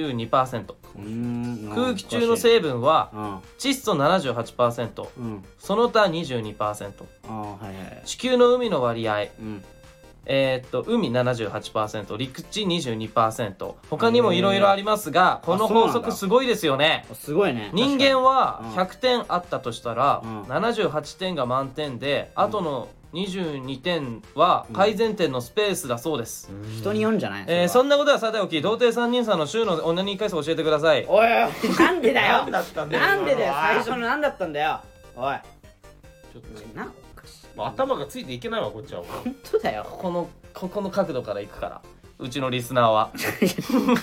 [SPEAKER 3] 22%
[SPEAKER 1] うーん
[SPEAKER 3] 空気中の成分は
[SPEAKER 1] あ
[SPEAKER 3] 窒素78%
[SPEAKER 1] うん
[SPEAKER 3] その他22%
[SPEAKER 1] あーはいはい
[SPEAKER 3] 地球の海の割合
[SPEAKER 1] うん
[SPEAKER 3] えーっと海78%陸地22%他にもいろいろありますがこの
[SPEAKER 1] あそうなん
[SPEAKER 3] 法
[SPEAKER 1] だ
[SPEAKER 3] 則すごいですよね
[SPEAKER 1] すごいね
[SPEAKER 3] 人間は
[SPEAKER 1] うん
[SPEAKER 3] 100点あったとしたら、
[SPEAKER 1] うん
[SPEAKER 3] 78点が満点で、あとの22点は改善点のスペースだそうです、
[SPEAKER 1] 人によるんじゃない
[SPEAKER 3] えーそ
[SPEAKER 1] ん
[SPEAKER 3] んなことはさておき童貞3人さんの週の女に1回数教えてください
[SPEAKER 1] おいおいなんでだよ
[SPEAKER 2] 何だったんだよ
[SPEAKER 1] なんでだよ
[SPEAKER 2] 今のは
[SPEAKER 1] 最初のなんだったんだよおい
[SPEAKER 2] ちょっと
[SPEAKER 1] なおかしい
[SPEAKER 2] まあ頭がついていけないわこっちは
[SPEAKER 1] 本当だよ
[SPEAKER 3] このここの角度からいくからうちのリスナー
[SPEAKER 1] <laughs>
[SPEAKER 3] は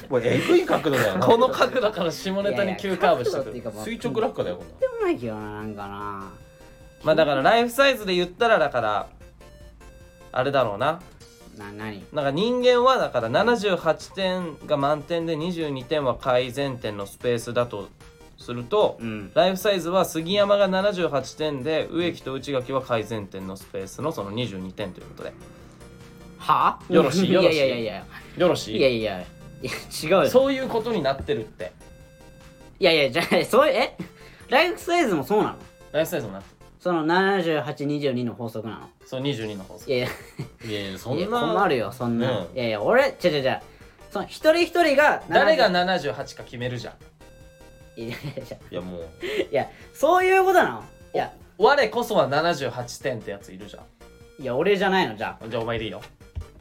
[SPEAKER 2] これえぐい角度だよな
[SPEAKER 3] この角度から下ネタに急カーブしてく
[SPEAKER 1] いやい
[SPEAKER 3] る
[SPEAKER 1] や角度ってい
[SPEAKER 2] 垂
[SPEAKER 1] うか
[SPEAKER 2] 直落下だよこん
[SPEAKER 1] まあとん
[SPEAKER 2] な
[SPEAKER 1] でもないけどななんかな
[SPEAKER 3] まあだからライフサイズで言ったらだからあれだろうな
[SPEAKER 1] な何
[SPEAKER 3] なんか人間はだから78点が満点で22点は改善点のスペースだとすると、
[SPEAKER 1] うん
[SPEAKER 3] ライフサイズは杉山が78点で植木と内垣は改善点のスペースのその22点ということで
[SPEAKER 1] は
[SPEAKER 3] よろしいよろしい
[SPEAKER 1] いやいやいや
[SPEAKER 3] よろしい
[SPEAKER 1] いやいやいやいや違うよ
[SPEAKER 3] そういうことになってるって
[SPEAKER 1] いやいやじゃあそうえライフサイズもそうなの
[SPEAKER 3] ライフサイズもなって
[SPEAKER 1] その7822の法則なの
[SPEAKER 3] るそう22の法則
[SPEAKER 1] いやいや
[SPEAKER 2] いやいやそ
[SPEAKER 1] いや
[SPEAKER 2] んな
[SPEAKER 1] 困るよそんな、
[SPEAKER 2] うん
[SPEAKER 1] いやいや俺違う違う違うその一人一人が70
[SPEAKER 3] 誰が78か決めるじゃん
[SPEAKER 1] <laughs> いやいやいや
[SPEAKER 2] いやもう
[SPEAKER 1] いやそういうことなのいや
[SPEAKER 3] 我こそは78点ってやついるじゃ
[SPEAKER 1] いや俺じゃないのじゃ
[SPEAKER 3] んじゃあお前でいいよ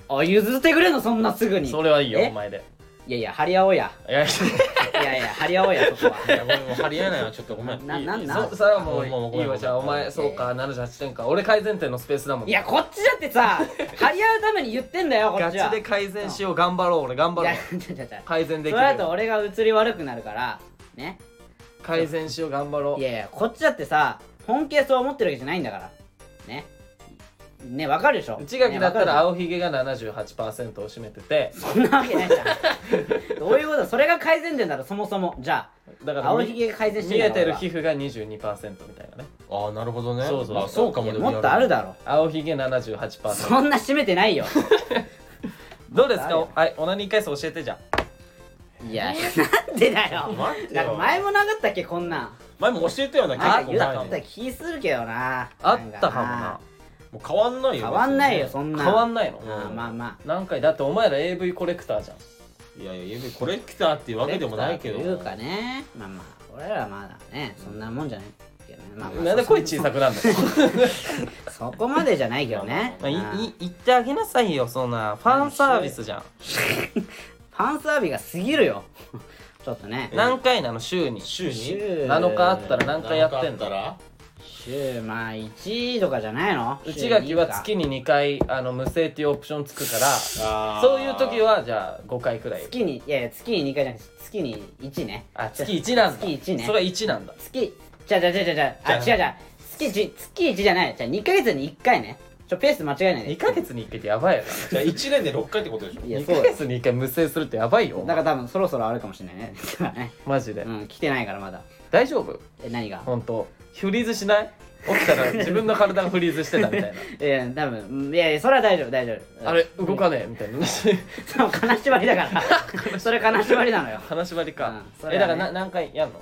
[SPEAKER 1] ああ譲ってくれんのそんなすぐに
[SPEAKER 3] それはいいよ
[SPEAKER 1] え
[SPEAKER 3] お前で
[SPEAKER 1] いやいや張り合おうや
[SPEAKER 3] いやい
[SPEAKER 1] いやいや張り合おう
[SPEAKER 3] <laughs>
[SPEAKER 1] やそこはい
[SPEAKER 2] やごめんもう張り合えないわちょっとごめん
[SPEAKER 1] なない
[SPEAKER 2] い
[SPEAKER 1] な
[SPEAKER 3] やそそれはもう
[SPEAKER 2] もう
[SPEAKER 3] い
[SPEAKER 2] もう
[SPEAKER 3] い
[SPEAKER 2] ごめ
[SPEAKER 3] わ
[SPEAKER 2] ん
[SPEAKER 3] じゃあお前そうか78点か俺改善点のスペースだもん
[SPEAKER 1] いやこっちだってさ張り合うために言ってんだよこ
[SPEAKER 3] ガ
[SPEAKER 1] っち
[SPEAKER 3] チ
[SPEAKER 1] は
[SPEAKER 3] で改善しよう頑張ろう俺頑張
[SPEAKER 1] い
[SPEAKER 3] ろ
[SPEAKER 1] や
[SPEAKER 3] う
[SPEAKER 1] 違う違う違う
[SPEAKER 3] 改善でき
[SPEAKER 1] そ
[SPEAKER 3] る
[SPEAKER 1] れだと俺が移り悪くなるからね
[SPEAKER 3] 改善しよう頑張ろ
[SPEAKER 1] いうやいやこっちだってさ本気でそう思ってるわけじゃないんだからねねわかるでしょ
[SPEAKER 3] 内垣だったら
[SPEAKER 1] ねわ
[SPEAKER 3] 青ひげが78%を占めて
[SPEAKER 1] かる
[SPEAKER 3] て
[SPEAKER 1] でしょそんなわけないじゃん <laughs> どういうことそれが改善点だろそもそもじゃ
[SPEAKER 3] だか
[SPEAKER 1] あ
[SPEAKER 3] ら
[SPEAKER 1] 青ひげが改善して
[SPEAKER 3] 見え
[SPEAKER 1] ん
[SPEAKER 3] て
[SPEAKER 1] だか
[SPEAKER 3] る
[SPEAKER 1] ら
[SPEAKER 3] 皮膚が22%みたいなね
[SPEAKER 2] ああなるほどね
[SPEAKER 3] そうそう
[SPEAKER 2] まあそうか
[SPEAKER 1] い
[SPEAKER 2] も
[SPEAKER 1] や
[SPEAKER 2] で
[SPEAKER 1] もっとある
[SPEAKER 2] だ
[SPEAKER 1] だろ
[SPEAKER 3] 青ひげ78%
[SPEAKER 1] <laughs> そんな締めてない
[SPEAKER 3] <laughs>
[SPEAKER 1] よ
[SPEAKER 3] どうです
[SPEAKER 1] ある
[SPEAKER 3] か
[SPEAKER 1] よ
[SPEAKER 3] はいオナニー回数教えてじゃあ
[SPEAKER 1] いやなんでだ
[SPEAKER 3] <laughs>
[SPEAKER 1] よ
[SPEAKER 2] 待って
[SPEAKER 1] なんか
[SPEAKER 2] よ
[SPEAKER 1] 前もなかったっけこんなん
[SPEAKER 2] 前も教えたような
[SPEAKER 1] あ
[SPEAKER 2] 結構
[SPEAKER 1] 言った
[SPEAKER 2] 前
[SPEAKER 1] か
[SPEAKER 2] に
[SPEAKER 1] も気するけどな
[SPEAKER 3] あったかもな
[SPEAKER 2] もう変わんないよ
[SPEAKER 1] 変わんないよ
[SPEAKER 2] 別
[SPEAKER 1] そんな
[SPEAKER 3] 変わんないの
[SPEAKER 2] う
[SPEAKER 1] まあまあま
[SPEAKER 3] 何回だってお前ら AV コレクターじゃん
[SPEAKER 2] にねいやいや指コレクターっていうわけでもないけど
[SPEAKER 1] というかねまあまあ俺らまだねそんなもんじゃないけどねまあまあ
[SPEAKER 3] なんで声小さくなんだよ
[SPEAKER 1] そこまでじゃないけどね
[SPEAKER 3] <laughs> まあい
[SPEAKER 1] うん
[SPEAKER 3] い言ってあげなさいよそんなファンサービスじゃ
[SPEAKER 1] ファンサービスが過ぎるよ <laughs> ちょっとね
[SPEAKER 3] ん何回なの週に
[SPEAKER 2] 週に
[SPEAKER 3] 7日あったら何回やってん
[SPEAKER 2] だ
[SPEAKER 3] の
[SPEAKER 2] ら
[SPEAKER 1] 週まあ1とかじゃないの
[SPEAKER 3] 内垣は
[SPEAKER 1] 週にか
[SPEAKER 3] 月に2回あの無制っていうオプションつくから
[SPEAKER 2] あー
[SPEAKER 3] そういう時はじゃあ5回くらい
[SPEAKER 1] 月にいやいや月に2回じゃなくて月に1ね
[SPEAKER 3] あ月1なんだ
[SPEAKER 1] 月一ね
[SPEAKER 3] それは1なんだ
[SPEAKER 1] 月じゃじゃじゃじゃじゃあ違う
[SPEAKER 2] じゃ
[SPEAKER 1] 違う月1月1じゃないじゃあ2ヶ月に1回ねちょペース間違えないで
[SPEAKER 3] 2ヶ月に1回ってやばいよ
[SPEAKER 2] じゃあ1年で6回ってことでしょ
[SPEAKER 1] いや
[SPEAKER 3] 2
[SPEAKER 1] そう
[SPEAKER 3] ヶ
[SPEAKER 1] だよ
[SPEAKER 3] 月に1回無制するってやばいよ
[SPEAKER 1] だから多分そろそろあるかもしれない
[SPEAKER 3] <laughs>
[SPEAKER 1] ね <laughs> だからね
[SPEAKER 3] マジで
[SPEAKER 1] うん来てないからまだ
[SPEAKER 3] 大丈夫
[SPEAKER 1] え何が
[SPEAKER 3] 本当フリーズしない起きたら自分の体がフリーズしてたみたい
[SPEAKER 1] いや多分うんいやいやそれは大丈夫大丈夫
[SPEAKER 3] なあれ動かねえみたいな
[SPEAKER 1] その金縛りだから
[SPEAKER 3] <laughs>
[SPEAKER 1] それ金縛りなのよ
[SPEAKER 3] 金縛りか、
[SPEAKER 1] うんそれはね
[SPEAKER 3] えだからな何回やんの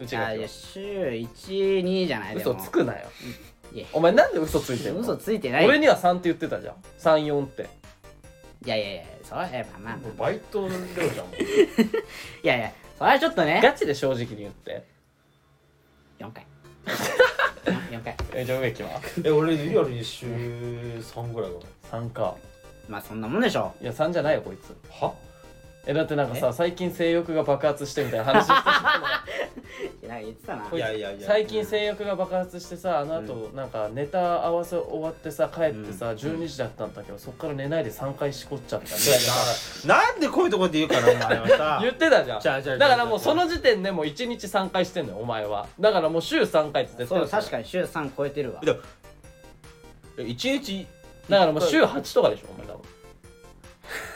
[SPEAKER 3] うちが
[SPEAKER 1] あいや週12じゃないで
[SPEAKER 3] 嘘
[SPEAKER 1] も
[SPEAKER 3] つくなよ
[SPEAKER 1] いや
[SPEAKER 3] お前なんで嘘ついてんの
[SPEAKER 1] 嘘ついてない
[SPEAKER 3] 俺には3って言ってたじゃん34って
[SPEAKER 1] いやいやいやそれはやっぱまあまあ
[SPEAKER 2] もうバイトの量じゃんもう
[SPEAKER 1] いやいやそれはちょっとね
[SPEAKER 3] ガチで正直に言って
[SPEAKER 1] 4回4回
[SPEAKER 3] えじゃあ植木は
[SPEAKER 2] <laughs> え俺リアルに週3ぐらいだな
[SPEAKER 3] 3か
[SPEAKER 1] まあそんなもんでしょ
[SPEAKER 3] いや3じゃないよこいつ
[SPEAKER 2] は
[SPEAKER 3] えだってなんかさ最近性欲が爆発してみたいな話して
[SPEAKER 1] <laughs> な
[SPEAKER 3] たの
[SPEAKER 1] んか言ってたな
[SPEAKER 3] こいつ
[SPEAKER 2] やいやいや
[SPEAKER 3] 最近性欲が爆発してさあの後、なんかネタ合わせ終わってさ帰ってさ、12時だったんだけどそっから寝ないで3回しこっちゃったみ
[SPEAKER 2] いやななんでこういうところで言うかなお前はさ <laughs>
[SPEAKER 3] 言ってたじゃん
[SPEAKER 2] じゃあじゃあ
[SPEAKER 3] だからもうその時点でもう1日3回してんのよお前はだからもう週3回って絶
[SPEAKER 1] そ
[SPEAKER 3] 対
[SPEAKER 1] う確かに週3超えてるわ
[SPEAKER 2] でもえ1日
[SPEAKER 3] だからもう週8とかでしょお前多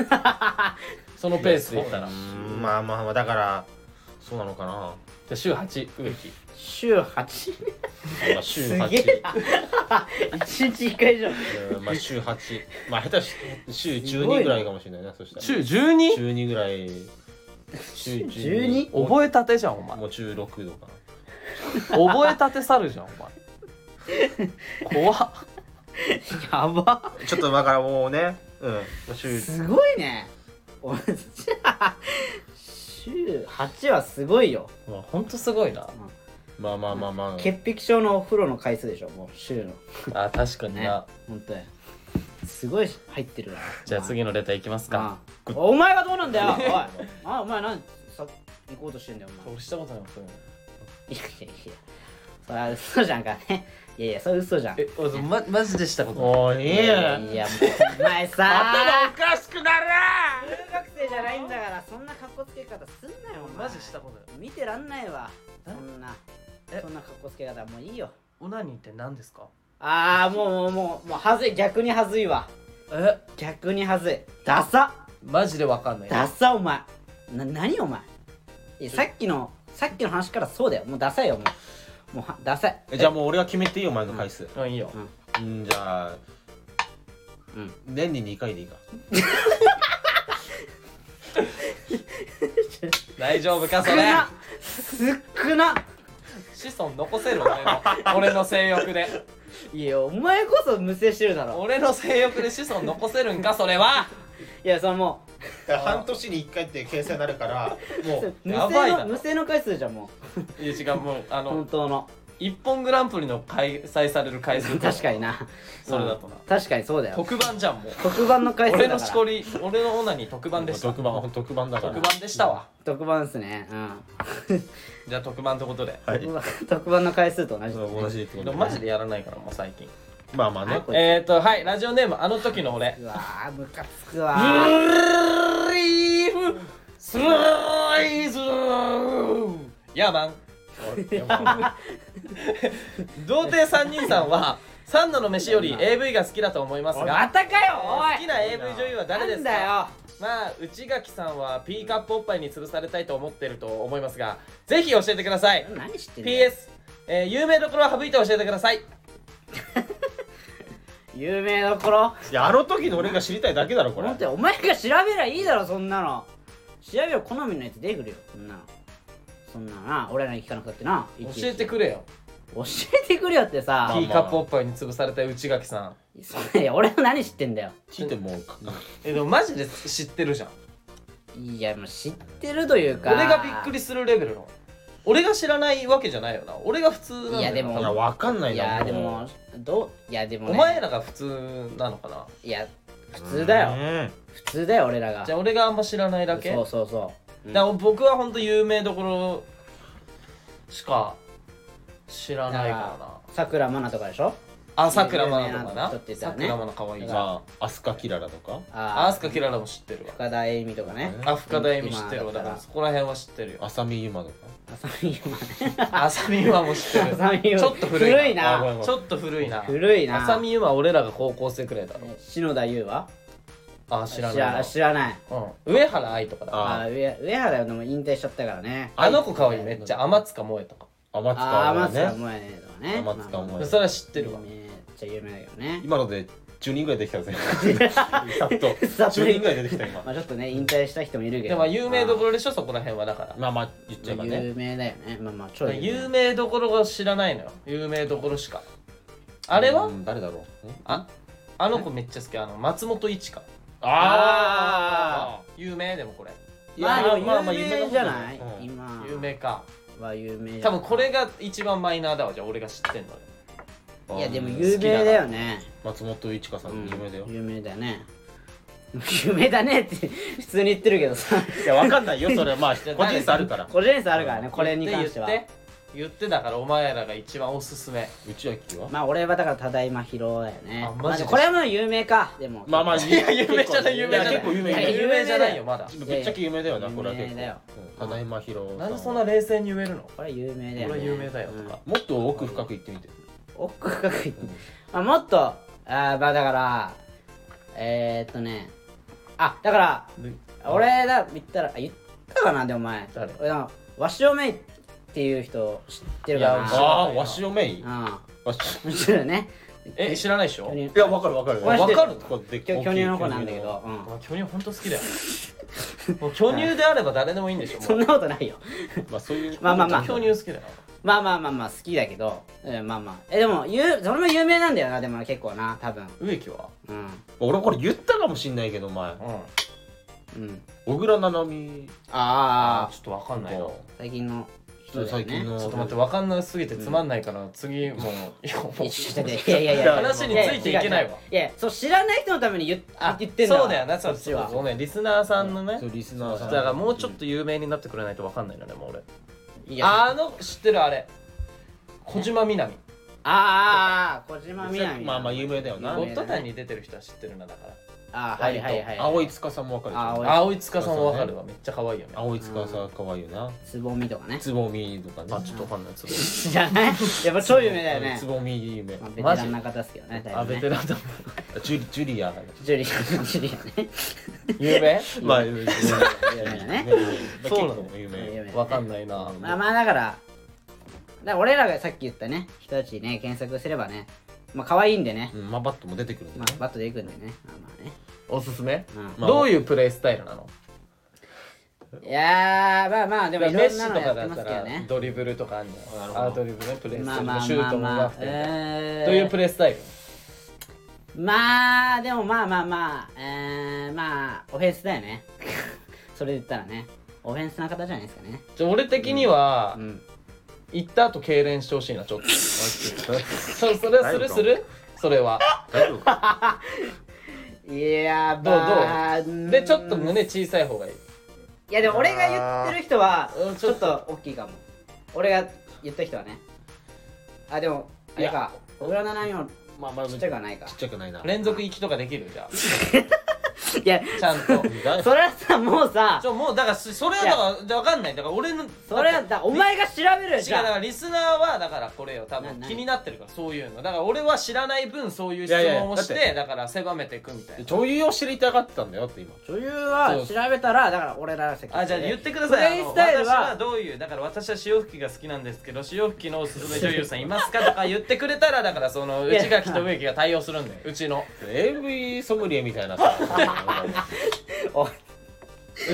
[SPEAKER 3] 分 <laughs> そのペースでいったら
[SPEAKER 2] う
[SPEAKER 3] じゃ
[SPEAKER 2] んまあまあまあだからそうなのかな、ま
[SPEAKER 3] あ週8植木
[SPEAKER 1] 週 <laughs> 8?
[SPEAKER 2] <laughs> あ、週8
[SPEAKER 1] すげえ1日1回以上
[SPEAKER 2] うんまあ週8まあ下手し週
[SPEAKER 1] すごい
[SPEAKER 2] 12
[SPEAKER 1] ね
[SPEAKER 2] ぐらいかもしれないなそしたら
[SPEAKER 3] 週 12?
[SPEAKER 2] 中二ぐらい中
[SPEAKER 1] 12?
[SPEAKER 3] 覚えたてじゃんお前
[SPEAKER 2] もう中六度かな
[SPEAKER 3] <laughs> 覚えたて猿じゃんお前怖っ
[SPEAKER 1] やば
[SPEAKER 2] ちょっとだからもうね、うん、週
[SPEAKER 1] すごいねお前じゃあ週8はすごいよ
[SPEAKER 3] まあほんとすごいな
[SPEAKER 2] まあまあまあまあ。
[SPEAKER 1] 潔癖症のお風呂の回数でしょもう週の
[SPEAKER 3] あ確かに
[SPEAKER 1] ね
[SPEAKER 3] な、
[SPEAKER 1] 本当やすごい入ってるな
[SPEAKER 3] じゃあ次のレターいきますか
[SPEAKER 1] ああお前 <laughs> はどうなんだよおいあお前何さ行こうとしてんだよお前
[SPEAKER 3] 俺したことないことない
[SPEAKER 1] <laughs> いやいやいやそれは嘘じゃんかね <laughs> いやいやそれ嘘じゃん
[SPEAKER 3] え俺まマジでしたことない
[SPEAKER 2] もういい
[SPEAKER 1] いやいやもうお前さ
[SPEAKER 2] おかしくなる
[SPEAKER 1] 中学生じゃないんだからそんな格好つけ方すんなよお前
[SPEAKER 3] マジしたことない
[SPEAKER 1] 見てらんないわそんな
[SPEAKER 3] え
[SPEAKER 1] そんな格好つけ方もういいよ
[SPEAKER 3] オナニーって何ですか
[SPEAKER 1] ああもうもうもうはずい逆にはずいわ
[SPEAKER 3] え
[SPEAKER 1] 逆にはずいダサ
[SPEAKER 3] マジでわかんない
[SPEAKER 1] ダサお前な何お前いやさっきのさっきの話からそうだよもうダサいよもうもうはダサい
[SPEAKER 2] じゃあもう俺は決めていいよ、お前の回数。
[SPEAKER 3] うんいいよ
[SPEAKER 2] うん、じゃあ、
[SPEAKER 1] うん
[SPEAKER 2] 年に2回でいいか。
[SPEAKER 3] 大丈夫かそ
[SPEAKER 1] 少
[SPEAKER 3] れ
[SPEAKER 1] な少な
[SPEAKER 3] 子孫残せる俺の
[SPEAKER 1] <laughs>
[SPEAKER 3] 俺の性欲で
[SPEAKER 1] いやお前こそ無制してるだろ
[SPEAKER 3] 俺の性欲で子孫残せるんかそれはい
[SPEAKER 1] やそのも
[SPEAKER 2] 半年に1回って計算になる <laughs> から、も
[SPEAKER 1] う無
[SPEAKER 3] やばい
[SPEAKER 1] 制
[SPEAKER 3] な
[SPEAKER 1] の無制の回数じゃんも
[SPEAKER 3] いや違うもうあ
[SPEAKER 1] う本
[SPEAKER 3] の
[SPEAKER 1] 当の
[SPEAKER 3] 一本グランプリの開催される回数
[SPEAKER 1] 確かにな
[SPEAKER 3] それだとな
[SPEAKER 1] うん確かにそうだよ
[SPEAKER 3] 特番じゃんもう
[SPEAKER 1] 特番の回数だ
[SPEAKER 3] 俺
[SPEAKER 1] か
[SPEAKER 3] の
[SPEAKER 1] ら
[SPEAKER 3] しこり俺のオナニー特番でした
[SPEAKER 2] 特番、特番だから。
[SPEAKER 3] 特番でしたわ
[SPEAKER 1] 特番ですねうん
[SPEAKER 3] じゃあ特番ってことで
[SPEAKER 2] はい。
[SPEAKER 1] 特番の回数と同じです
[SPEAKER 2] 同じって
[SPEAKER 3] でも
[SPEAKER 2] こと
[SPEAKER 3] マジでやらないからもう最近
[SPEAKER 2] まあまあ
[SPEAKER 1] あ
[SPEAKER 2] ね。
[SPEAKER 1] こいつ
[SPEAKER 3] えっとはいラジオネームあの時の俺
[SPEAKER 1] うわームカつくわ
[SPEAKER 3] ブ
[SPEAKER 1] ー
[SPEAKER 3] リーフスライズヤーマン童貞三人さん <laughs> は三度の飯より AV が好きだと思います
[SPEAKER 1] ま
[SPEAKER 3] が
[SPEAKER 1] たかよおい
[SPEAKER 3] 好きな AV 女優は誰で
[SPEAKER 1] な
[SPEAKER 3] す
[SPEAKER 1] んだ
[SPEAKER 3] か
[SPEAKER 1] よ
[SPEAKER 3] まあ内垣さんは P カップおっぱいに潰されたいと思ってると思いますがぜひ教えてください
[SPEAKER 1] 何知ってんだよ
[SPEAKER 3] PS、えー有名どころは省いて教えてください
[SPEAKER 1] 有名どころ
[SPEAKER 2] いや、あの時の俺が知りたいだけだろ、これ
[SPEAKER 1] 待。ってお前が調べりゃいいだろそんなの調べよ好みのやつ出てくるよそんなのそんなのな俺らに聞かなくたってな
[SPEAKER 3] 教
[SPEAKER 1] いちいち
[SPEAKER 3] えてくれよ
[SPEAKER 1] 教えてくれよってさ、
[SPEAKER 2] まあ
[SPEAKER 3] P カップおっぱいに潰されたい内垣さん
[SPEAKER 1] それ俺は何知ってんだよ
[SPEAKER 2] 聞いてもう、
[SPEAKER 3] えでもマジで知ってるじゃん
[SPEAKER 1] いやもう知ってるというか
[SPEAKER 3] 俺がびっくりするレベルの俺が知らないわけじゃないよな俺が普通なんだよ
[SPEAKER 1] いやでも
[SPEAKER 2] い
[SPEAKER 3] 多
[SPEAKER 2] や、
[SPEAKER 3] 分
[SPEAKER 2] わかんない
[SPEAKER 1] い
[SPEAKER 2] な
[SPEAKER 1] やでも、どういやでも、ね、
[SPEAKER 3] お前らが普通なのかない
[SPEAKER 1] や普通だよ
[SPEAKER 2] よ。
[SPEAKER 1] 普通だよ俺らが
[SPEAKER 3] じゃあ俺があんま知らないだけ
[SPEAKER 1] そうそうそ
[SPEAKER 3] だから僕は本当有名どころしか知ら
[SPEAKER 1] う
[SPEAKER 3] ない
[SPEAKER 1] だ
[SPEAKER 3] から
[SPEAKER 1] ら
[SPEAKER 3] な
[SPEAKER 1] さくらまなとかでしょ
[SPEAKER 3] あさくらまな
[SPEAKER 1] 有
[SPEAKER 3] とか
[SPEAKER 1] 名な人って言っ
[SPEAKER 3] な
[SPEAKER 1] た
[SPEAKER 3] さ
[SPEAKER 1] らね
[SPEAKER 3] くらまなかわいいじゃん
[SPEAKER 2] まあ、アスカキララとか、
[SPEAKER 3] あ
[SPEAKER 1] あ
[SPEAKER 3] すかきららも知ってるわ
[SPEAKER 1] 深田栄美とかね
[SPEAKER 2] うん
[SPEAKER 3] あ深田恵美知ってる
[SPEAKER 1] 今だか
[SPEAKER 3] わだかららそこら辺は知ってるよ
[SPEAKER 2] 浅見ゆまとか。
[SPEAKER 1] 浅見今ね
[SPEAKER 3] 浅見ゆまも知って
[SPEAKER 1] <laughs>
[SPEAKER 3] る
[SPEAKER 1] 浅見ゆま
[SPEAKER 3] ちょっと古
[SPEAKER 1] 古い
[SPEAKER 3] いな
[SPEAKER 1] な
[SPEAKER 2] あごめんごめん
[SPEAKER 3] ちょっと古いな
[SPEAKER 1] 古いな
[SPEAKER 3] 浅見ゆま俺らが高校生くらいだろ
[SPEAKER 1] 篠田優は
[SPEAKER 3] あ知らないな
[SPEAKER 1] 知らない
[SPEAKER 3] うん、上原愛とかだ
[SPEAKER 2] あ
[SPEAKER 3] あ
[SPEAKER 1] あ上上原でも引退しちゃったからね
[SPEAKER 3] の子可愛いめっちゃ天塚萌えとか、
[SPEAKER 2] 天
[SPEAKER 1] ああ
[SPEAKER 2] 塚
[SPEAKER 1] 松
[SPEAKER 2] ね
[SPEAKER 1] 塚。萌えねとかね
[SPEAKER 2] 松塚萌え
[SPEAKER 1] まあ
[SPEAKER 3] それは知ってるわ
[SPEAKER 1] めっちゃ有名だけどね
[SPEAKER 2] 今ので10人ぐらいでき <laughs> たぜ。やっと。
[SPEAKER 1] ざっく
[SPEAKER 2] 10
[SPEAKER 1] り
[SPEAKER 2] 人ぐらい出てきた今。
[SPEAKER 1] まあちょっとね引退した人もいるけど
[SPEAKER 3] でも有名どころでしょそこら辺はだから
[SPEAKER 2] まあまあ言っちゃえばね。
[SPEAKER 1] 有名だよねまあまあ超有名
[SPEAKER 3] 有名どころが知らないのよ有名どころしかあれは、
[SPEAKER 2] うん誰だろう。
[SPEAKER 3] ああの子めっちゃ好きあの松本一花
[SPEAKER 2] あ
[SPEAKER 3] 有名でもこれ
[SPEAKER 2] ー
[SPEAKER 1] まあでも
[SPEAKER 2] まあまあ
[SPEAKER 1] 有名じゃない
[SPEAKER 2] うん
[SPEAKER 1] 今
[SPEAKER 3] 有名か
[SPEAKER 1] は有名じゃ
[SPEAKER 3] 多
[SPEAKER 1] ない
[SPEAKER 3] 分これが一番マイナーだわじゃあ俺が知ってんのよ
[SPEAKER 2] あ。
[SPEAKER 1] いやでも
[SPEAKER 2] うん
[SPEAKER 1] 有名だよね
[SPEAKER 2] 松本一花さん有名だよ
[SPEAKER 1] うん。有名だよね <laughs> 有名だねって普通に言ってるけどさ
[SPEAKER 2] いやわかんないよ <laughs> それまあ個人差あるから。
[SPEAKER 1] 個人差あるからねこれに関しては
[SPEAKER 3] 言って言って言ってだからお前らが一番おすすめ
[SPEAKER 2] 内秋は。
[SPEAKER 1] まあ俺はだからただいま披露だよね
[SPEAKER 3] あマジで
[SPEAKER 1] まあでもこれはまあ有名かでも
[SPEAKER 2] まあまあ
[SPEAKER 1] 結
[SPEAKER 2] い
[SPEAKER 3] いや有名じゃない有名じゃない
[SPEAKER 2] 結構有名
[SPEAKER 1] いや
[SPEAKER 2] 有
[SPEAKER 3] 有名じゃないよまだ
[SPEAKER 2] 名。ぶっちゃけ有名だよなこれは結
[SPEAKER 1] 有
[SPEAKER 2] 構
[SPEAKER 1] 名だよ。
[SPEAKER 2] うんただいま披露。
[SPEAKER 3] なんでそんな。冷静に言える
[SPEAKER 1] 構
[SPEAKER 3] の
[SPEAKER 1] これは有名だよね
[SPEAKER 3] 俺は有名だよとか、
[SPEAKER 2] もっと奥深く行ってみて。
[SPEAKER 1] うん奥深く言ってまあもっとあーまあだからえー、っとねあだから俺だ言ったらあ言ったかなでお前
[SPEAKER 3] 誰
[SPEAKER 1] 俺のわしおめいっていう人知ってる
[SPEAKER 3] い
[SPEAKER 1] か
[SPEAKER 3] や
[SPEAKER 2] ああわしおめい。
[SPEAKER 1] な
[SPEAKER 2] わし
[SPEAKER 1] うん知ってるよね
[SPEAKER 3] え知らないでしょ
[SPEAKER 1] 巨乳
[SPEAKER 2] いやわかるわかる。
[SPEAKER 1] わしで
[SPEAKER 2] こうで
[SPEAKER 1] 巨巨乳の子なんだけど、うん
[SPEAKER 3] まあ巨乳ほんと好きだよもう巨乳であれば誰でもいいんでしょ
[SPEAKER 1] そん
[SPEAKER 3] もう
[SPEAKER 1] なことないよ
[SPEAKER 2] まあそういう。
[SPEAKER 1] まあまあまあ
[SPEAKER 3] 巨乳好きだよ
[SPEAKER 1] ままあまあまあまあ好きだけど、うん、まあまあえでもゆそれも有名なんだよなでも結構な多分
[SPEAKER 2] 植木は
[SPEAKER 1] うん
[SPEAKER 2] 俺これ言ったかもしんないけど前
[SPEAKER 3] うん
[SPEAKER 1] うん
[SPEAKER 2] 小倉七海
[SPEAKER 1] あ
[SPEAKER 3] あ
[SPEAKER 1] あ
[SPEAKER 3] ちょっとわかん
[SPEAKER 2] と
[SPEAKER 3] ないなちょ
[SPEAKER 1] 最近の
[SPEAKER 2] ち
[SPEAKER 1] 人だよね
[SPEAKER 2] ょっと最近の
[SPEAKER 3] っと待ってわかんなすぎてつまんないから次もういやもう
[SPEAKER 1] いやちょっと待っていやいやいや
[SPEAKER 3] 話についていけないわ
[SPEAKER 1] いやそう知らない人のために言っ
[SPEAKER 3] あ
[SPEAKER 1] 言ってんだ
[SPEAKER 3] そうだよなそう
[SPEAKER 1] こっち
[SPEAKER 3] そう
[SPEAKER 1] は
[SPEAKER 3] ごめんリスナーさんのね
[SPEAKER 2] そうリスナ
[SPEAKER 3] だ
[SPEAKER 2] ーさん
[SPEAKER 3] からもうちょっと有名になってくれないとわかんないなでも俺
[SPEAKER 1] いや
[SPEAKER 3] あの知ってるあれ小島みなみ
[SPEAKER 1] あーあーあー小島みなみ
[SPEAKER 2] まあまあ有名だよ
[SPEAKER 1] 有
[SPEAKER 2] な
[SPEAKER 1] 名
[SPEAKER 3] ゴッドタンに出てる人は知ってるなだから
[SPEAKER 1] あーはいはいはい
[SPEAKER 2] 青い司もわかるでし
[SPEAKER 1] あ
[SPEAKER 2] ょ
[SPEAKER 1] 青い
[SPEAKER 3] 青い司さんわかるわめっちゃ可愛いよね
[SPEAKER 2] 青い司かわいいよな
[SPEAKER 1] つぼみとかね
[SPEAKER 2] つぼみとかね
[SPEAKER 3] あちょっとわかんないつ
[SPEAKER 1] じゃないやっぱ超有名だよね
[SPEAKER 2] つぼみ夢
[SPEAKER 1] まあベテランな方ですけどねだいぶね
[SPEAKER 3] あベテランだもん
[SPEAKER 2] ジュリジュリアだね
[SPEAKER 1] ジュリアジュリア
[SPEAKER 3] <laughs>
[SPEAKER 1] ね
[SPEAKER 3] 有名
[SPEAKER 2] まあ有名だ
[SPEAKER 1] 名だね
[SPEAKER 2] そうなの有
[SPEAKER 1] 有
[SPEAKER 2] 名
[SPEAKER 1] 名
[SPEAKER 3] わかんないな
[SPEAKER 1] まあまあだからだから俺らがさっき言ったね人たちね検索すればねまあ可愛いんでね、
[SPEAKER 2] うんまあバットも出てくるんだ
[SPEAKER 1] ま
[SPEAKER 2] よ
[SPEAKER 1] あ、バットでいくんでねまあまあね
[SPEAKER 3] おすすめ
[SPEAKER 1] うん
[SPEAKER 2] まあ
[SPEAKER 3] どういうプレイスタイルなの
[SPEAKER 1] いやーまあまあでもい
[SPEAKER 3] メ
[SPEAKER 1] ろ
[SPEAKER 3] ッ
[SPEAKER 1] ん
[SPEAKER 3] シ
[SPEAKER 1] な
[SPEAKER 3] と
[SPEAKER 1] のや
[SPEAKER 3] か
[SPEAKER 1] って
[SPEAKER 3] だ
[SPEAKER 1] ま
[SPEAKER 3] っ
[SPEAKER 1] す
[SPEAKER 3] た
[SPEAKER 1] けど
[SPEAKER 3] ら
[SPEAKER 1] ね
[SPEAKER 3] ドリブルとかあんじ
[SPEAKER 2] な
[SPEAKER 3] ゃ
[SPEAKER 2] る
[SPEAKER 3] ん
[SPEAKER 2] ほど
[SPEAKER 3] あドリブルねプレイス
[SPEAKER 1] ま
[SPEAKER 3] タ
[SPEAKER 1] あ
[SPEAKER 3] イ
[SPEAKER 1] ま
[SPEAKER 3] ル
[SPEAKER 1] あ
[SPEAKER 3] シュ
[SPEAKER 1] ま
[SPEAKER 3] ー
[SPEAKER 1] あ
[SPEAKER 3] トも
[SPEAKER 1] ま
[SPEAKER 3] な
[SPEAKER 1] あ
[SPEAKER 3] くてみたいな
[SPEAKER 1] え
[SPEAKER 3] どういうプ
[SPEAKER 1] ー
[SPEAKER 3] レイスタイル
[SPEAKER 1] まあでもまあまあまあえーまあオフェンスだよね <laughs> それで言ったらねオフェンスな方じゃないですかね
[SPEAKER 3] じゃあ俺的には
[SPEAKER 1] うん
[SPEAKER 3] 行った後痙攣してほしいなちょっと
[SPEAKER 1] <laughs>
[SPEAKER 3] そそれはするするそれは
[SPEAKER 2] 大丈夫か
[SPEAKER 1] いやー
[SPEAKER 3] どう
[SPEAKER 1] まあ
[SPEAKER 3] どうでちょっと胸小さい方がいい
[SPEAKER 1] いやでも俺が言ってる人は
[SPEAKER 3] あー
[SPEAKER 1] ちょっと大きいかも俺が言った人はねあでもあれ
[SPEAKER 3] いや
[SPEAKER 1] か小倉七海も
[SPEAKER 2] まあまあ
[SPEAKER 1] ち
[SPEAKER 2] ち
[SPEAKER 1] っ
[SPEAKER 2] っ
[SPEAKER 1] ちゃくはないか
[SPEAKER 2] ちゃくないな
[SPEAKER 3] 連続行きとかできるじゃ
[SPEAKER 1] いや
[SPEAKER 3] あちゃ
[SPEAKER 1] <laughs>
[SPEAKER 3] んと
[SPEAKER 2] 大
[SPEAKER 1] それはさもうさ
[SPEAKER 3] ちょもうだからそそれはだからじゃあわかんないだから俺の
[SPEAKER 1] それはだお前が調べる
[SPEAKER 3] 違う
[SPEAKER 1] じ
[SPEAKER 3] だか
[SPEAKER 1] ゃん
[SPEAKER 3] らリスナーはだからこれよ多分
[SPEAKER 1] なな
[SPEAKER 3] 気になってるからそういうのだから俺は知らない分そういう質
[SPEAKER 2] いやいやい
[SPEAKER 3] 問
[SPEAKER 2] や
[SPEAKER 3] を
[SPEAKER 2] だ
[SPEAKER 3] し
[SPEAKER 2] って
[SPEAKER 3] てだから狭めていくみたいな
[SPEAKER 2] 女優を知りたがってたんだよって今
[SPEAKER 1] 女優は
[SPEAKER 2] そう
[SPEAKER 1] 調べたらだから俺らが先
[SPEAKER 3] あじゃあ言ってください
[SPEAKER 1] プレイ
[SPEAKER 3] あの
[SPEAKER 1] スタイル
[SPEAKER 3] 私は
[SPEAKER 1] は
[SPEAKER 3] どういうだから私は潮吹きが好きなんですけど潮吹きのおすすめ女優さんいますかとか言ってくれたらだからその
[SPEAKER 1] いや
[SPEAKER 3] 内垣と植木が対応
[SPEAKER 1] <laughs>
[SPEAKER 3] するんだようちの
[SPEAKER 2] AV ソムリエみたいなさ
[SPEAKER 1] おい